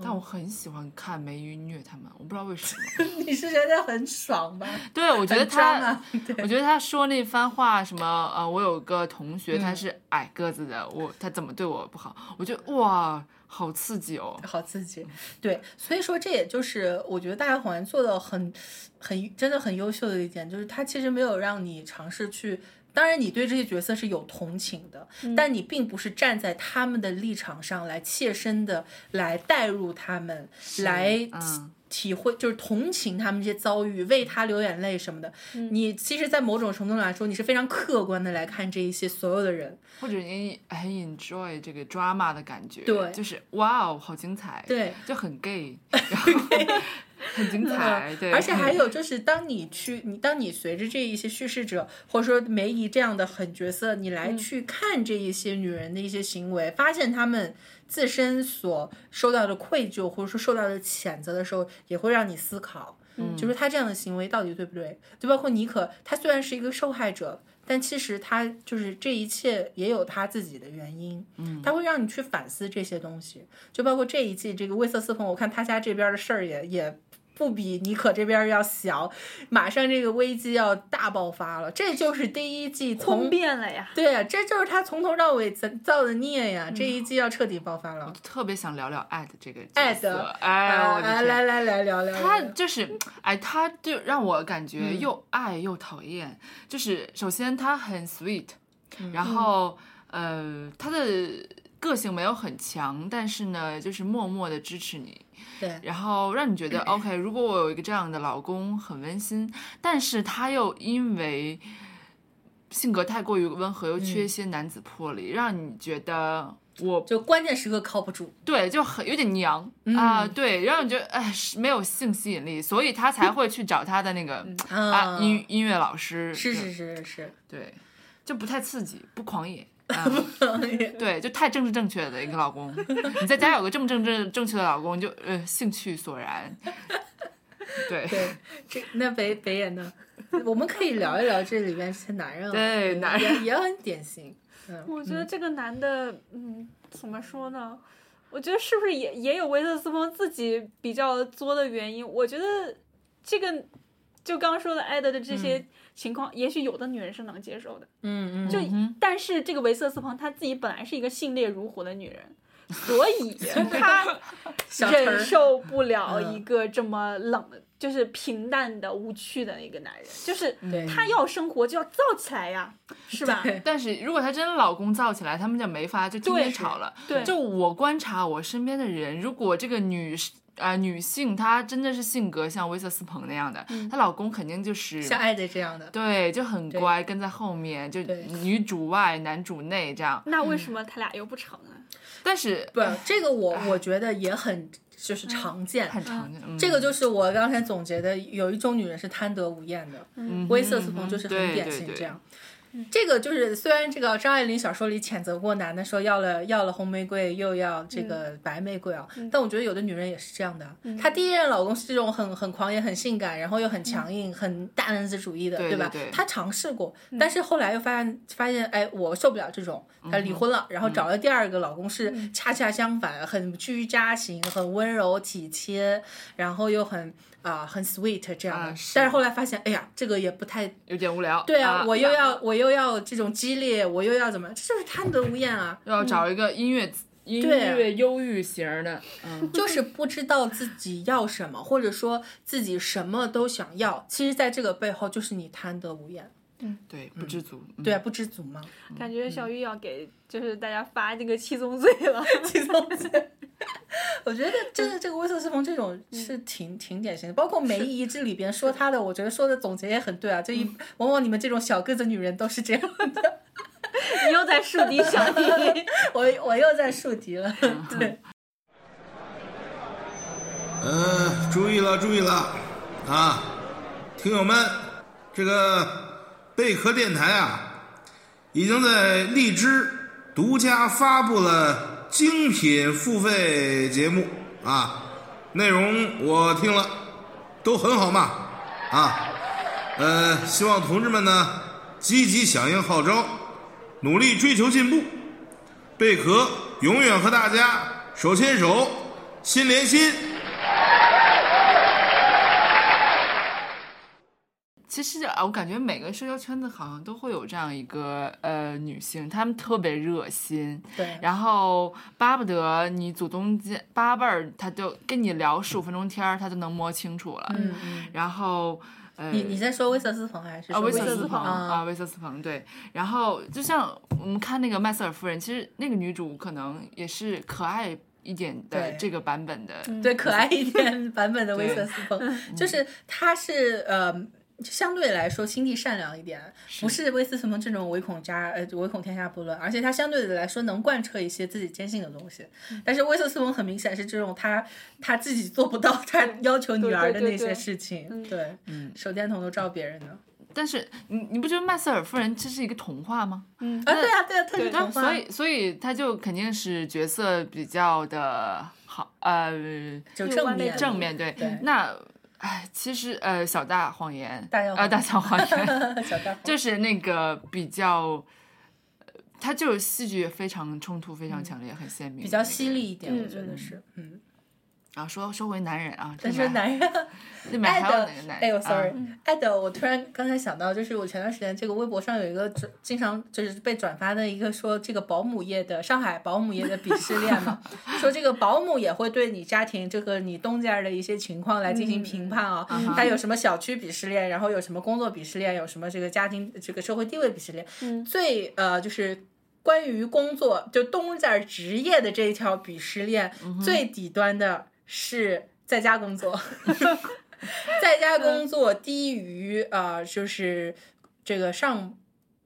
但我很喜欢看美女虐他们，我不知道为什么。
<laughs> 你是觉得很爽吧？
对，我觉得
很啊抓
他
嘛，
我觉得他说那番话什么，呃，我有个同学
嗯
他是矮个子的，我他怎么对我不好，我觉得哇，好刺激哦。
好刺激，对，所以说这也就是我觉得大家谎言做的很很真的很优秀的一点，就是它其实没有让你尝试去。当然，你对这些角色是有同情的，
嗯
但你并不是站在他们的立场上来切身的来代入他们，来
嗯，
体会就是同情他们这些遭遇，为他流眼泪什么的。
嗯
你其实，在某种程度上来说，你是非常客观的来看这一些所有的人。
或者你很 enjoy 这个 drama 的感觉，
对
就是哇哦，好精彩，
对，嗯
就
<laughs>
很 gay，然后很精彩，对，
而且还有就是，当你去，你当你随着这一些叙事者，或者说梅姨这样的狠角色，你来去看这一些女人的一些行为，发现她们自身所受到的愧疚，或者说受到的谴责的时候，也会让你思考，嗯，就是她这样的行为到底对不对？就包括妮可，她虽然是一个受害者。但其实她就是这一切也有她自己的原因，嗯，她会让你去反思这些东西，就包括这一季这个卫瑟斯朋友，我看他家这边的事儿也也不比妮可这边要小，马上这个危机要大爆发了。这就是第一季
通
从
变了呀。
对呀、啊这就是他从头到尾造造的孽呀。这一季要彻底爆发了。
特别想聊聊 ad 这个角
艾
色
德
哎，
啊
我的
啊
天，
来来来聊聊，
他
聊
就是，哎，他就让我感觉又爱又讨厌。就是首先他很 sweet，、然后呃，他的个性没有很强，但是呢，就是默默的支持你，
对
然后让你觉得 OK，如果我有一个这样的老公很温馨，但是他又因为性格太过于温和，又缺一些男子魄力，让你觉得我
就关键时刻靠不住。
对，就很有点娘啊、
嗯
对，让你觉得哎是没有性吸引力，所以他才会去找他的那个、啊
啊
音音乐老师，
是
对
是是是，
对，就不太刺激，不
<laughs>
狂野。啊对，就太政治正确的一个老
<laughs>
公，你在家有个这么政治正确的老公，你就呃兴趣索
<laughs>
然。对
对，这那北北野呢？我们可以聊一聊这里边这些男人啊，
对男
人也很典型。
我觉得这个男的，嗯，怎么说呢？我觉得是不是也也有维特斯邦自己比较作的原因？我觉得这个就刚刚说的艾德的这些情况，也许有的女人是能接受的。
嗯嗯，
就
嗯哼
但是这个维瑟斯彭她自己本来是一个性烈如火的女人，所
<laughs>
以她
小陈
忍
儿
受不了
嗯
一个这么冷的，就是平淡的、无趣的一个男人。就是
对
他要生活就要造起来呀，是吧？
嗯对
但是如果他真老公造起来，他们就没法就天
对
天吵了。
对
就我观察我身边的人，如果这个女啊、女性她真的是性格像威瑟斯彭那样的，
嗯
她老公肯定就是
像艾德这样的，
对就很乖，跟在后面，就
对
女主外男主内这样。
那为
嗯
什么他俩又不成啊呢？
但是
不，啊这个我我觉得也很就是常见。
嗯很常见，嗯、
这个就是我刚才总结的，有一种女人是贪得无厌的，
嗯哼
威瑟斯彭就是很
嗯哼
典
对
型
对对
这样。这个就是虽然这个张爱玲小说里谴责过男的说要了要了红玫瑰又要这个
嗯
白玫瑰啊，但我觉得有的女人也是这样的。她第一任老公是这种很很狂野、很性感，然后又很强硬、很大男子主义的，
嗯对
吧
对嗯对？
她尝试过，但是后来又发现发现哎，我受不了这种，
嗯
她离婚了，然后找了第二个老公是恰恰相反，很居家型、很温柔体贴，然后又很啊、很 sweet 这样的。
啊是
但是后来发现，哎呀，这个也不太
有点无聊。
对啊，
啊
我又要我又要这种激烈，我又要怎么？这就是贪得无厌啊，
要找一个音乐、音
对
乐忧郁型儿的，嗯，
<laughs> 就是不知道自己要什么，或者说自己什么都想要。其实，在这个背后就是你贪得无厌，
对，不知足。嗯
对啊，不知足嘛。
感
嗯
觉小玉要给就是大家发这个七宗罪
<laughs>
了。
轻松些。我觉得真的这个威瑟斯冯这种是挺挺典型的，包括梅姨这里边说她的，我觉得说的总结也很对啊。就一往往你们这种小个子女人都是这样，
<laughs>
<laughs>
你又在树敌小敌，
<laughs> 我我又在树敌了，对。
呃注意了，注意了，啊，听友们，这个贝壳电台啊，已经在荔枝独家发布了精品付费节目啊，内容我听了都很好嘛，啊，呃，希望同志们呢积极响应号召，努力追求进步，贝壳永远和大家手牵手，心连心。
其实啊，我感觉每个社交圈子好像都会有这样一个呃女性，她们特别热心，
对，
然后巴不得你祖宗间八辈儿，她就跟你聊十五分钟天儿，她就能摸清楚了。
嗯嗯，
然后呃，
你你在说威瑟斯朋还是
啊，
说
威
瑟
瑟
斯
斯
朋
朋
啊？
啊，威瑟斯朋对。然后就像我们看那个麦瑟尔夫人，其实那个女主可能也是可爱一点的
对嗯
这个版本的，
<laughs> 对，可爱一点版本的威瑟斯朋，就是他是呃。相对来说，心地善良一点，不是威斯斯朋这种唯恐家呃唯恐天下不乱，而且他相对的来说能贯彻一些自己坚信的东西。但是威瑟斯朋很明显是这种他他自己做不到，他要求女儿的
对对
那些
对
事情，
嗯
对，手电筒都照别人的
但是你你不觉得麦瑟尔夫人这是一个童话吗？
嗯，
啊，对啊，对啊，他是
对
童话，
那所以所以他就肯定是角色比较的好，呃，
就
有
正
关
面
内
正面对。
对
那哎，其实呃，小大谎言，
大小
呃
谎
大小谎言，
<laughs> 小大黄
就是那个比较。他就是戏剧非常冲突，非常强烈，很鲜明，
嗯比较犀利一点，
嗯
我觉得
嗯
是，嗯，
啊。说说回男人啊，
但
这
是
里面
男人。
这里面
艾
还有
的
哪个，男人？
哎呦，sorry，
啊
艾的，我突然刚才想到，就是我前段时间这个微博上有一个转经常就是被转发的一个说这个保姆业的上海保姆业的鄙视链嘛， <laughs> 说这个保姆也会对你家庭这个你东家的一些情况来进行评判啊，
嗯
它有什么小区鄙视链，然后有什么工作鄙视链，有什么这个家庭这个社会地位鄙视链，
嗯
最呃就是。关于工作，就东家职业的这一条鄙视链，最底端的是在家工作。在家工作低于呃，就是这个上。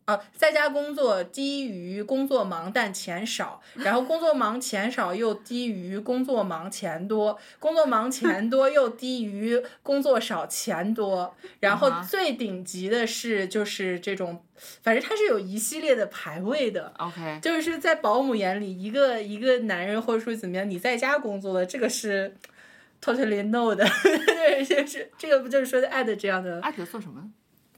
啊，在家工作低于工作忙但钱少，然后工作忙钱少又低于工作忙钱多，工作忙钱多又低于工作少钱多，然后
嗯哼
最顶级的是就是这种，反正它是有一系列的排位的，
OK，
就是在保姆眼里，一个一个男人或者说怎么样，你在家工作的这个是 totally no 的， <laughs> 对，就是这个不就是说的 ad 这样的，
艾德做什么呢？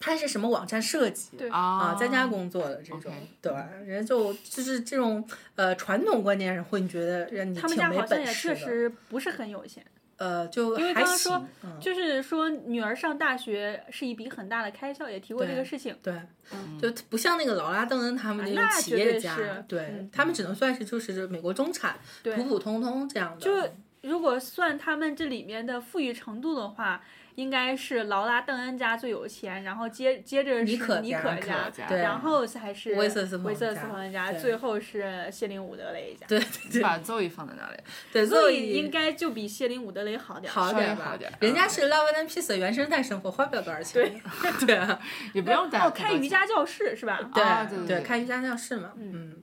他是什么网站设计？
对
啊
啊，在
哦
家工作的这种
OK
对吧？人家就就是这种呃传统观念上会你觉得让你
他们
挺
家
没
好像
本
也
事
确
的，
实不是很有钱，
呃，就
因为
还
刚刚
行
说
嗯
<laughs> 就是说女儿上大学是一笔很大的开销，也提过这
对
个事情。
对，就不像那个劳拉·邓恩他们
嗯啊
那种
那
企
绝
业
对
家
是，
对
嗯
他们只能算是就是美国中产，
对
普普通通这样的，
就如果算他们这里面的富裕程度的话，应该是劳拉·邓恩家最有钱，然后接接着
妮可
是妮
家
可
妮可
家
家，对
然后才是
威瑟斯朋
威瑟
家
斯朋家，
对
最后是谢林伍德雷一家。
对对
你
对
把 Zoe 放在那里？
对，
所
所
以
以
应该就比谢林伍德雷好点儿。嗯
好
稍微
点儿吧
好点儿，
人家是 Love and Peace 的原生态生活，花不了多少钱。 <laughs> 对对啊，
也不用带
哦，开瑜伽教室是吧？
啊对
对
对对
开瑜伽教室嘛，嗯。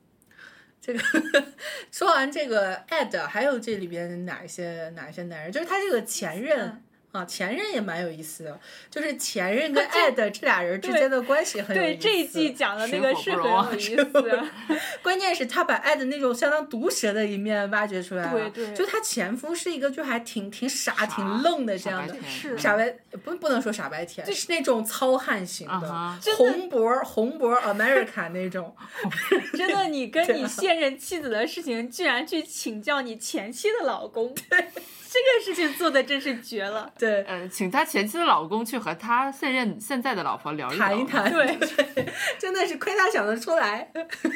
这个 <laughs> 说完这个 ad，还有这里边哪一些哪一些男人，就是他这个前任
嗯
啊，前任也蛮有意思的，就是前任跟 ad 这俩人之间的关系很有意
对
思。
这一季讲的那个是
水火
很
不容
有意思。
关键是他把爱的那种相当毒舌的一面挖掘出来了。
对对
就她前夫是一个就还挺挺傻、挺愣的这样的
傻白。甜
是
傻白不不能说傻白甜，是那种糙汉型
啊
的
哈，
红脖红脖 America 那种，
<laughs> 真的，你跟你现任妻子的事情，居然去请教你前妻的老公，对这个事情做的真是绝了。
对，
呃，请她前妻的老公去和她现任现在的老婆聊一聊
谈一
<laughs>
谈，
对，
真的是亏他想得出来。 <laughs>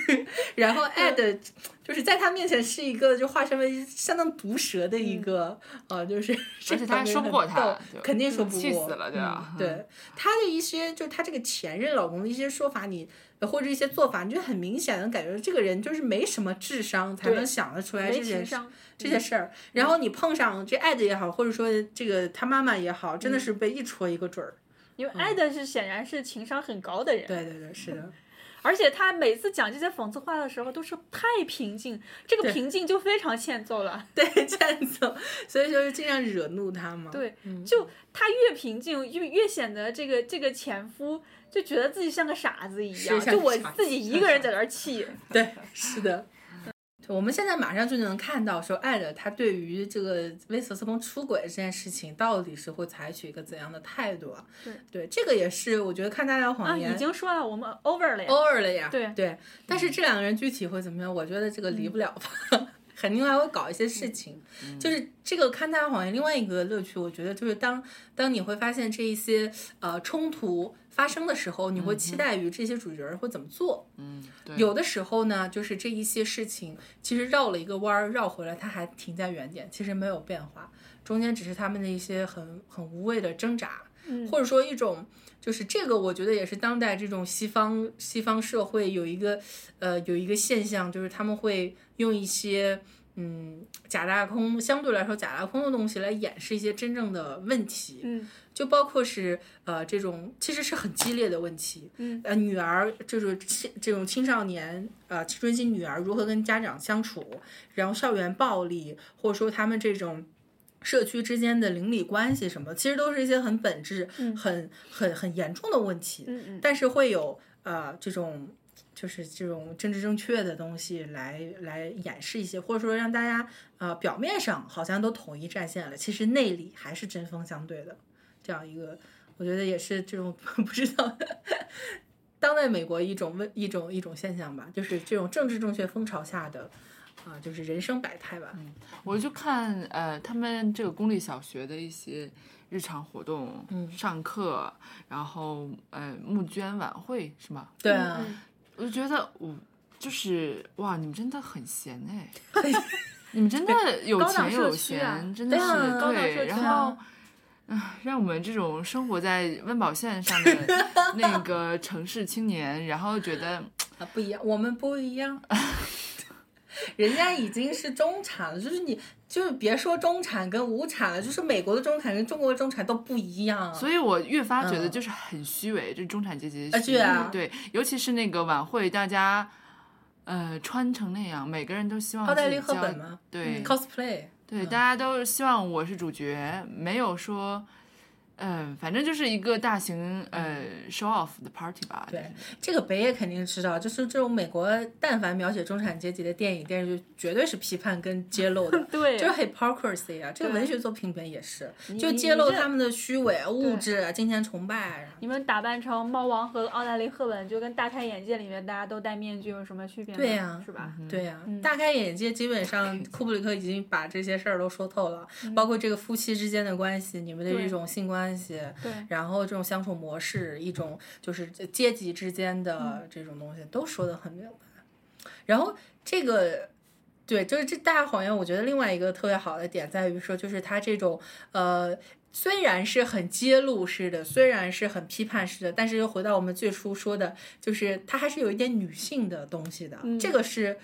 然后
嗯
ad 就是在他面前是一个就化身为相当毒舌的一个，呃，就是
嗯
<laughs>
而且他还说不过他
这方面很
对
逗肯定说不过，
气死了对吧
嗯对他的一些就是他这个前任老公的一些说法，你或者一些做法，你就很明显的感觉这个人就是没什么智商才
对
能想得出来
没
这些
情
事
商，
这
嗯
些事儿，然后你碰上这艾德也好，或者说这个他妈妈也好，
嗯
真的是被一戳一个准儿。
因为艾德是显然是情商很高的人，
对对对，是的，
而且他每次讲这些讽刺话的时候都是太平静，这个
对
平静就非常欠揍了。
<laughs> 对，欠揍，哦所以就是尽量惹怒他嘛。
对，就他越平静，越越显得这个这个前夫就觉得自己像个傻子一
是
样，
像
就
个
我
傻子
自己一个人在那儿气。
对，是 <laughs> 的。我们现在马上就能看到，说艾勒他对于这个威瑟斯彭出轨这件事情，到底是会采取一个怎样的态度啊？
对，
这个也是我觉得看《大家
啊，
谎言》哦
已经说了，我们 over 了呀。
over 了呀。
对
对，但是这两个人具体会怎么样？我觉得这个离不了吧。 <laughs> 肯定还会搞一些事情，就是这个看《大家谎言》另外一个乐趣，我觉得就是当当你会发现这一些呃冲突发生的时候，你会期待于这些主角儿会怎么做。
嗯，对，
有的时候呢，就是这一些事情其实绕了一个弯儿，绕回来，它还停在原点，其实没有变化，中间只是他们的一些很很无谓的挣扎，
嗯
或者说一种就是这个，我觉得也是当代这种西方西方社会有一个呃有一个现象，就是他们会用一些。嗯，假大空相对来说假大空的东西来掩饰一些真正的问题，
嗯
就包括是呃这种其实是很激烈的问题，
嗯，
呃女儿就是青这种青少年呃青春期女儿如何跟家长相处，然后校园暴力或者说他们这种。社区之间的邻里关系什么，其实都是一些很本质、
嗯
很很很严重的问题，
嗯嗯，
但是会有呃这种就是这种政治正确的东西来来掩饰一些，或者说让大家呃表面上好像都统一战线了，其实内里还是针锋相对的这样一个，我觉得也是这种不知道当代美国一种问一种一种现象吧，就是这种政治正确风潮下的啊、就是人生百态吧。
我就看呃，他们这个公立小学的一些日常活动，
嗯
上课，然后呃募捐晚会是吗？
对啊，
嗯
我就觉得我就是哇，你们真的很闲哎，你们真的有
高档
钱
社
有
区啊
闲，真的
对啊
是
高
档社
对，
区
然
啊。
后。唉让我们这种生活在温饱线上的那个城市青年，然后觉得
啊，不一样，我们不一样。人家已经是中产了，就是你，就是别说中产跟无产了，就是美国的中产跟中国的中产都不一样。啊
所以我越发觉得
嗯
就是很虚伪，这中产阶级
啊
的虚伪
对啊
对，尤其是那个晚会，大家呃穿成那样，每个人都希望
奥黛
自己
丽·赫
交
本嗯吗
对、
？cosplay，
对，大家都希望我是主角，没有说。嗯、反正就是一个大型呃 show off 的 party 吧。
嗯对这个北野肯定知道，就是这种美国但凡描写中产阶级的电影电视剧，绝对是批判跟揭露的
<laughs> 对，
就是 hypocrisy 啊，这个
对
文学作品里面也是，
你
就
你
揭露
你这
他们的虚伪、啊物质、金钱崇拜。啊
你们打扮成猫王和奥黛丽·赫本，就跟大开眼界里面大家都戴面具有什么区别呢？
对呀嗯
是吧？
对呀、大开眼界，基本上库布里克已经把这些事儿都说透了，包括这个夫妻之间的关系，你们的这
对
种性关系，
对
然后这种相处模式，一种就是阶级之间的这种东西，都说得很明白。然后这个。对，就是这《大谎言》，我觉得另外一个特别好的点在于说，就是它这种呃，虽然是很揭露式的，虽然是很批判式的，但是又回到我们最初说的，就是它还是有一点女性的东西的。这个是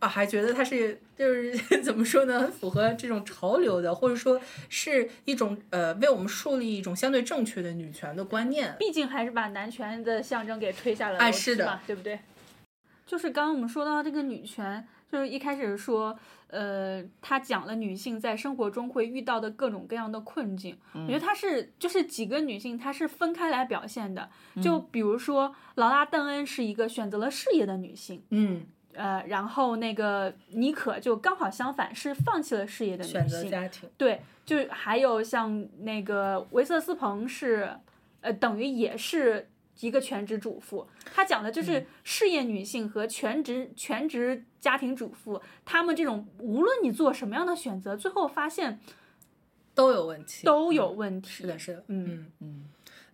啊，还觉得它是就是 <laughs> 怎么说呢，很符合这种潮流的，或者说是一种呃为我们树立一种相对正确的女权的观念。
毕竟还是把男权的象征给推下了
哎
楼
是
梯
的
嘛，对不对？就是刚刚我们说到这个女权，就是一开始说，呃，她讲了女性在生活中会遇到的各种各样的困境。我
嗯
觉得她是就是几个女性，她是分开来表现的。
嗯
就比如说，劳拉·邓恩是一个选择了事业的女性，
嗯，
呃，然后那个妮可就刚好相反，是放弃了事业的女性。
选择家庭。
对，就还有像那个维瑟斯彭是，呃，等于也是一个全职主妇。她讲的
嗯
就是事业女性和全职、全职家庭主妇，她们这种无论你做什么样的选择，最后发现
都有问题，
都有
嗯。
问题。
是的，是的，
嗯，
嗯，
嗯，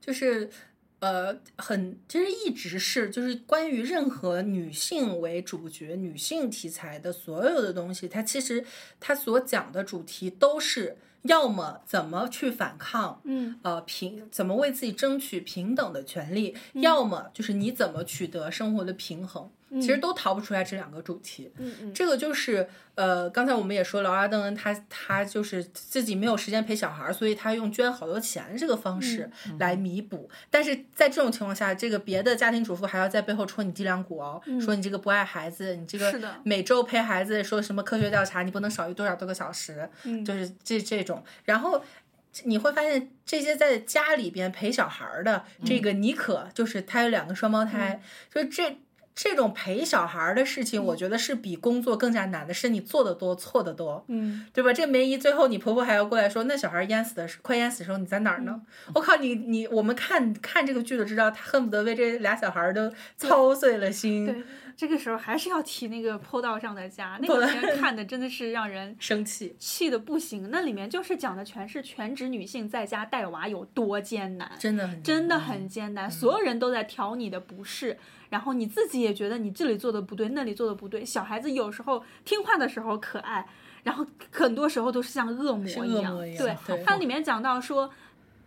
就是呃，很其实一直是就是关于任何女性为主角、女性题材的所有的东西，它其实它所讲的主题都是要么怎么去反抗，
嗯，
呃平怎么为自己争取平等的权利，要么就是你怎么取得生活的平衡。其实都逃不出来这两个主题。
嗯嗯
这个就是呃，刚才我们也说劳拉·邓恩他他就是自己没有时间陪小孩儿，所以他用捐好多钱这个方式来弥补。但是在这种情况下，这个别的家庭主妇还要在背后戳你脊梁骨哦，说你这个不爱孩子，你这
是
个
的
每周陪孩子说什么科学调查，你不能少于多少多个小时，
嗯
就是这这种。然后你会发现这些在家里边陪小孩儿的
嗯
这个妮可，就是她有两个双胞胎，就这这种陪小孩儿的事
嗯
情，我觉得是比工作更加难的，是你做的多，错的多，
嗯，
对吧？这梅姨最后你婆婆还要过来说，那小孩淹死的时快淹死的时候你在哪儿呢？
嗯
我靠你你我们看看这个剧都知道，她恨不得为这俩小孩儿都操碎了心，
对，这个时候还是要提那个坡道上的家，
<laughs>
那个片看的真的是让人
生气。
气的不行。那里面就是讲的全是全职女性在家带娃有多艰难，
真的很
真的很艰
嗯
难，所有人都在挑你的不是，然后你自己也觉得你这里做的不对，那里做的不对。小孩子有时候听话的时候可爱，然后很多时候都是像恶魔
是
一
恶
样。
魔一样
对，
对
它里面讲到说。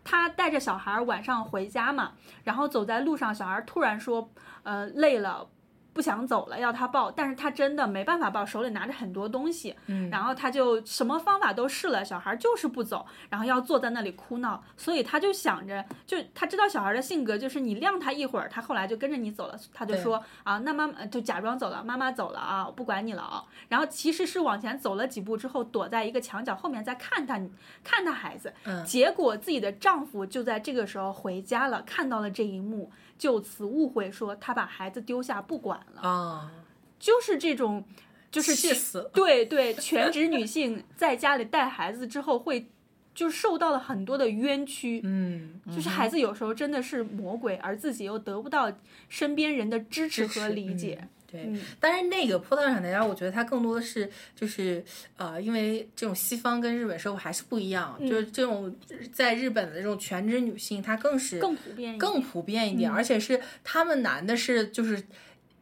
他带着小孩儿晚上回家嘛，然后走在路上，小孩儿突然说，呃，累了，不想走了，要他抱，但是他真的没办法抱，手里拿着很多东西，
嗯
然后他就什么方法都试了，小孩就是不走，然后要坐在那里哭闹，所以他就想着，就他知道小孩的性格，就是你晾他一会儿，他后来就跟着你走了，他就
对
说啊，那妈妈就假装走了，妈妈走了啊，我不管你了啊，然后其实是往前走了几步之后，躲在一个墙角后面在看他，看他孩子，
嗯
结果自己的丈夫就在这个时候回家了，看到了这一幕，就此误会说他把孩子丢下不管了，
啊，
就是这种，就是
气死 <laughs> 了。
对对，全职女性在家里带孩子之后会。就是受到了很多的冤屈，
嗯，
就是孩子有时候真的是魔鬼，而自己又得不到身边人的支持和
嗯
理解。
对，但是那个坡道上的家，我觉得它更多的是就是呃，因为这种西方跟日本社会还是不一样，
嗯
就是这种在日本的这种全职女性，她更是
更普嗯遍一点
更普遍一点，而且是他们男的是就是。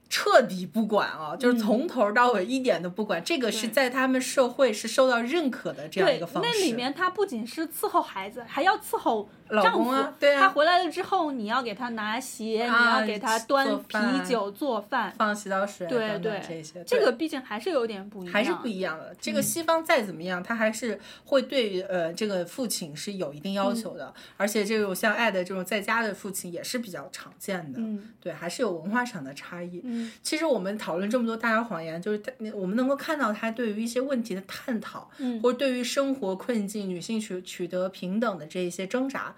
彻底不管啊，就是
嗯
从头到尾一点都不管，这个是在他们社会是受到认可的这样一
对
个，方式。
那里面她不仅是伺候孩子，还要伺候
老
丈
公
夫。
啊对啊
她回来了之后，你要给她拿鞋，
啊
你要给她
做
端
饭
啤酒、做饭。
放洗澡水啊
对
等等
对
这些，
这
对
个毕竟还是有点不一样，
还是不一样的。这个西方再怎么样，他还是会对呃这个父亲是有一定
嗯
要求的，而且这种像爱的这种在家的父亲也是比较常见的。
嗯
对，还是有文化上的差异。
嗯
其实我们讨论这么多大家谎言，就是他我们能够看到他对于一些问题的探讨，
嗯
或者对于生活困境、女性取取得平等的这一些挣扎。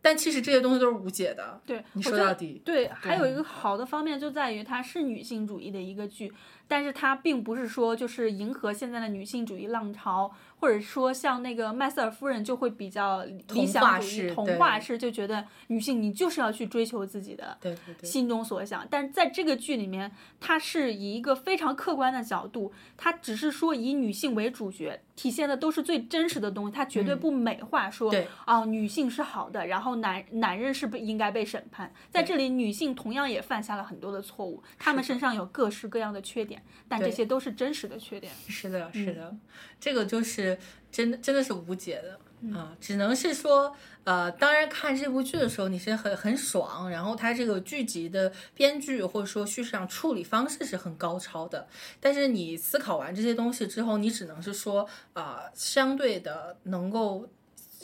但其实这些东西都是无解的。
对，
你
我
说
觉得
到底
对，还有一个好的方面就在于它是女性主义的一个剧，但是它并不是说就是迎合现在的女性主义浪潮，或者说像那个麦瑟尔夫人就会比较理想主义、
童话式
童
对
话式，就觉得女性你就是要去追求自己的
对对对，
心中所想，但是在这个剧里面，它是以一个非常客观的角度，它只是说以女性为主角，体现的都是最真实的东西，它绝对不美化说，
嗯对
啊，女性是好的，然后男男人是不应该被审判。在这里，女性同样也犯下了很多的错误，她们身上有各式各样的缺点，但这
对
些都是真实的缺点。
是的，
嗯
是的，这个就是真的真的是无解的啊、
嗯
只能是说，呃，当然看这部剧的时候你是很很爽，然后它这个剧集的编剧或者说叙事上处理方式是很高超的，但是你思考完这些东西之后，你只能是说，啊、相对的能够。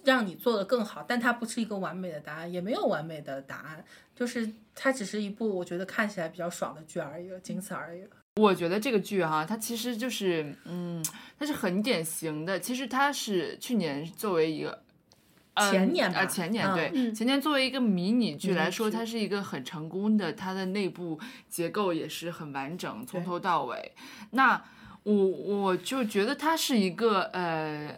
让你做得更好，但它不是一个完美的答案，也没有完美的答案，就是它只是一部我觉得看起来比较爽的剧而
嗯
已了，仅此而已了。
我觉得这个剧哈、它其实就是，嗯，它是很典型的。其实它是去年作为一个。呃
前年吧
啊，前年
嗯
对，
嗯
前年作为一个迷你剧
迷你
来说，
剧
它是一个很成功的，它的内部结构也是很完整，从头到尾。那我我就觉得它是一个呃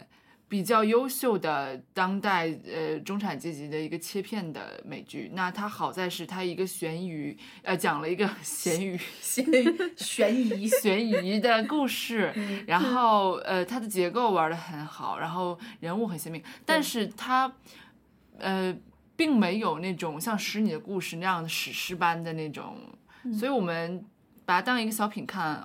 比较优秀的当代呃中产阶级的一个切片的美剧。那它好在是它一个悬疑，呃讲了一个 <laughs> 咸鱼
悬悬疑
悬疑的故事，
嗯
然后呃，它的结构玩的很好，然后人物很鲜明，但是它呃，并没有那种像《使你的故事》那样的史诗般的那种，所以我们把它当一个小品看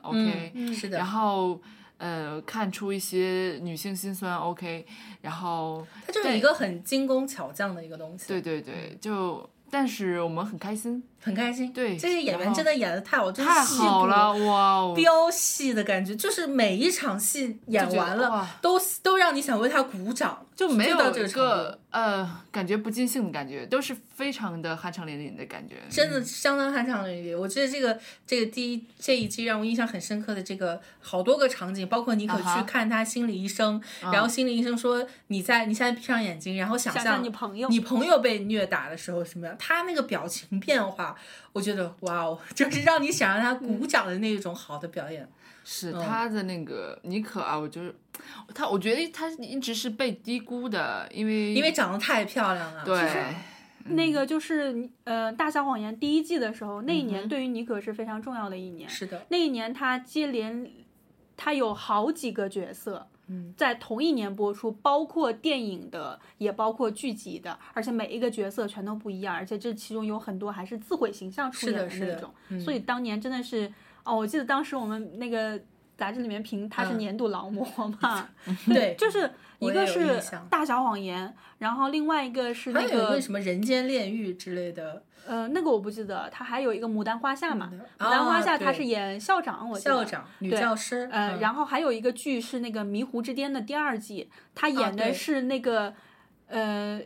<laughs>
，OK，、
嗯，是的
然，后呃，看出一些女性心酸，OK，然后
它就是一个很精工巧匠的一个东西。
对对对，就但是我们很开心，
很开心。
对
这些演
然
员
后
真的演的太好，真是
太
戏
好
骨
了，哇哦！
飙戏的感觉，就是每一场戏演完
就觉得哇
了，都都让你想为他鼓掌，
就没
到
有
这
一
程度
个呃感觉不尽兴的感觉，都是非常的酣畅淋漓的感觉。嗯
真的相当酣畅淋漓。我觉得这个这个第一这一季让我印象很深刻的这个好多个场景，包括你可
啊哈啊
去看他心理医生，然后心理医生说你在你现在闭上眼睛，然后想
想
象
象你朋友
你朋友被虐打的时候什么样，他那个表情变化，我觉得哇哦，就是让你想让他
嗯
鼓掌的那种好的表演。嗯
是他的那个妮可啊，我就是他，我觉得他一直是被低估的，因为
因为长得太漂亮了，
对
那个就是呃，《大小谎言》第一季的时候，那一
嗯
年对于妮可是非常重要的一年。
是的，
那一年她接连，她有好几个角色，
嗯
在同一年播出，包括电影的，也包括剧集的，而且每一个角色全都不一样，而且这其中有很多还是自毁形象出
是
演
的是
那
的嗯
种，所以当年真的是哦，我记得当时我们那个杂志里面评她是
嗯
年度劳模
<laughs>
嘛，
对，
<laughs> 就是一
我
个
也有
是
印象
《大小谎言》，然后另外一个是
还有
那
一
个
个什么人间炼狱之类的，
呃，那个我不记得，他还有一个牡丹花下嘛，
啊
牡丹花下他
对
是演校长，我记得
校。长、女
对
教师，
呃，
嗯
然后还有一个剧是那个《迷糊之巅》的第二季，他演的
啊对
是那个，呃，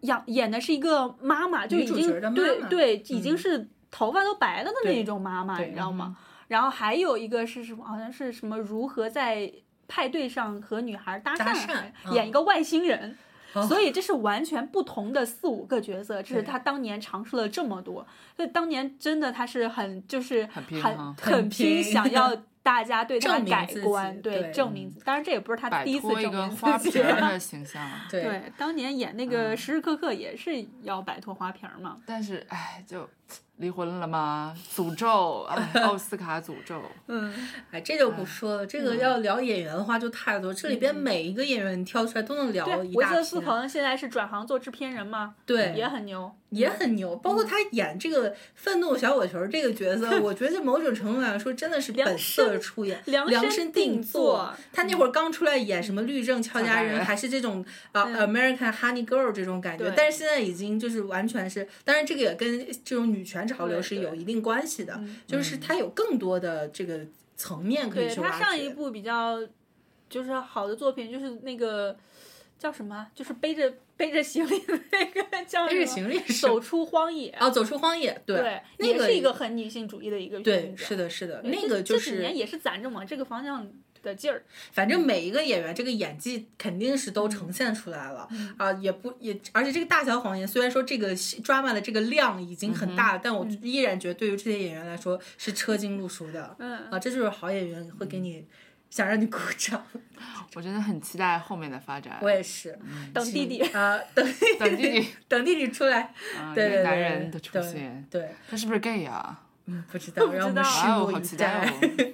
演演的是一个妈妈，就
女
已
主
经
角的妈
对
妈
对，已经
嗯
是头发都白了的那
对
一种妈妈，
对嗯
你知道吗？然后还有一个是什么？好像是什么如何在派对上和女孩搭
搭
讪，
讪
演一
嗯
个外星人。
哦
所以这是完全不同的四五个角色，这是
对
他当年尝试了这么多。所以当年真的他是很就是
很
很
拼哈
很
拼，
拼
想要大家对他
证明
改
自己
观，对
对嗯
证明自己。当然这也不是他
摆
第一次
脱一
证
个
明
花
自己
瓶
<laughs>
儿
了。
的形象啊。
对
对，当年演那个
嗯
时时刻刻也是要摆脱花瓶儿嘛。
但是哎，就离婚了吗？诅咒，哎，奥斯卡诅咒。
嗯，嗯
哎，这就不说了。这个要聊演员的话就太多，这里边每一个演员你挑出来都能聊
对，
一
维
大
瑟斯
篇，
彭现在是转行做制片人嘛，
对
也很牛。
也很牛。包
嗯
括他演这个愤怒小火球这个角
<laughs>
色，我觉得某种程度来说真的是本色出演，
量
量
身
身
定
做
做。嗯
他那会儿刚出来演什么律政俏佳
俏佳人
人，还是这种啊 American Honey Girl 这种感觉
对，
但是现在已经就是完全是，当然这个也跟这种女权潮流
对
是
对嗯
有一定关系的，就是他有更多的这个层面可以
对
去
他
挖
上
掘
一部比较就是好的作品，就是那个叫什么，就是背着背着行李的那个叫
背着
什
行
么
李是
走出荒野。
哦，走出荒野，对，
对，
那
也
个
是一个很女性主义的一个
对，
片子
是的，是的，
对
那
这
个就
这几年
是，
也是攒着往这个方向的劲儿。
反正每一个演员这个演技肯定是都呈现出来了
嗯
啊，也不也，而且这个大小谎言虽然说这个戏 drama 的这个量已经
嗯
很大了，但我依然觉得对于这些演员来说是车精路熟的
嗯，
啊，这就是好演员会给
嗯
你想让你鼓掌，
我真的很期待后面的发展。
我也是，
嗯
等弟弟，
啊，等
等
<laughs>
弟弟，
等弟弟出来，
啊，
对
一
对对，
个男人的出
对
现，
对，
他是不是 gay 啊？
嗯，不
<laughs>
知道，让我们
道
拭
哇哦，
目
好
以
期待
待。 <laughs>
哦！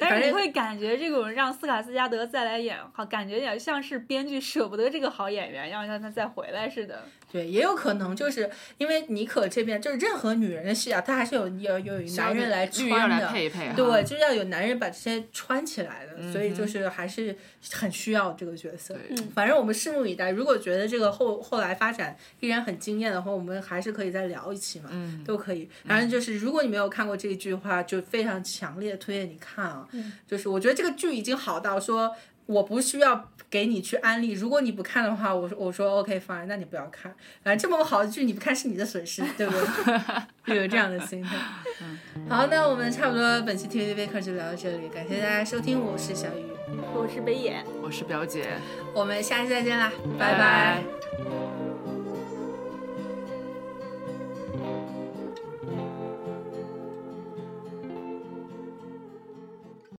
但
反
是你
正
会感觉这种让斯卡斯加德再来演，好感觉有点像是编剧舍不得这个好演员，要让他再回来似的。
对，也有可能就是因为妮可这边就是任何女人的戏啊，她还是有有有男人来
绿要
穿
来
的，
配一配哈。
对，就是要有男人把这些穿起来的，所以就是还是很需要这个角色。
嗯
对
反正我们拭目以待。如果觉得这个后后来发展依然很惊艳的话，我们还是可以再聊一期嘛，都可以。反正就是，如果你没有看过这一剧的话，就非常强烈推荐你看啊。就是我觉得这个剧已经好到说，我不需要给你去安利。如果你不看的话，我说我说 OK fine，那你不要看。反正这么好的剧你不看是你的损失，对不对？就有这样的心态。嗯好，那我们差不多本期 TV Baker 就聊到这里，感谢大家收听，我是小雨，
我是北野。
我是表姐，
我们下期再见啦，拜
拜
拜
拜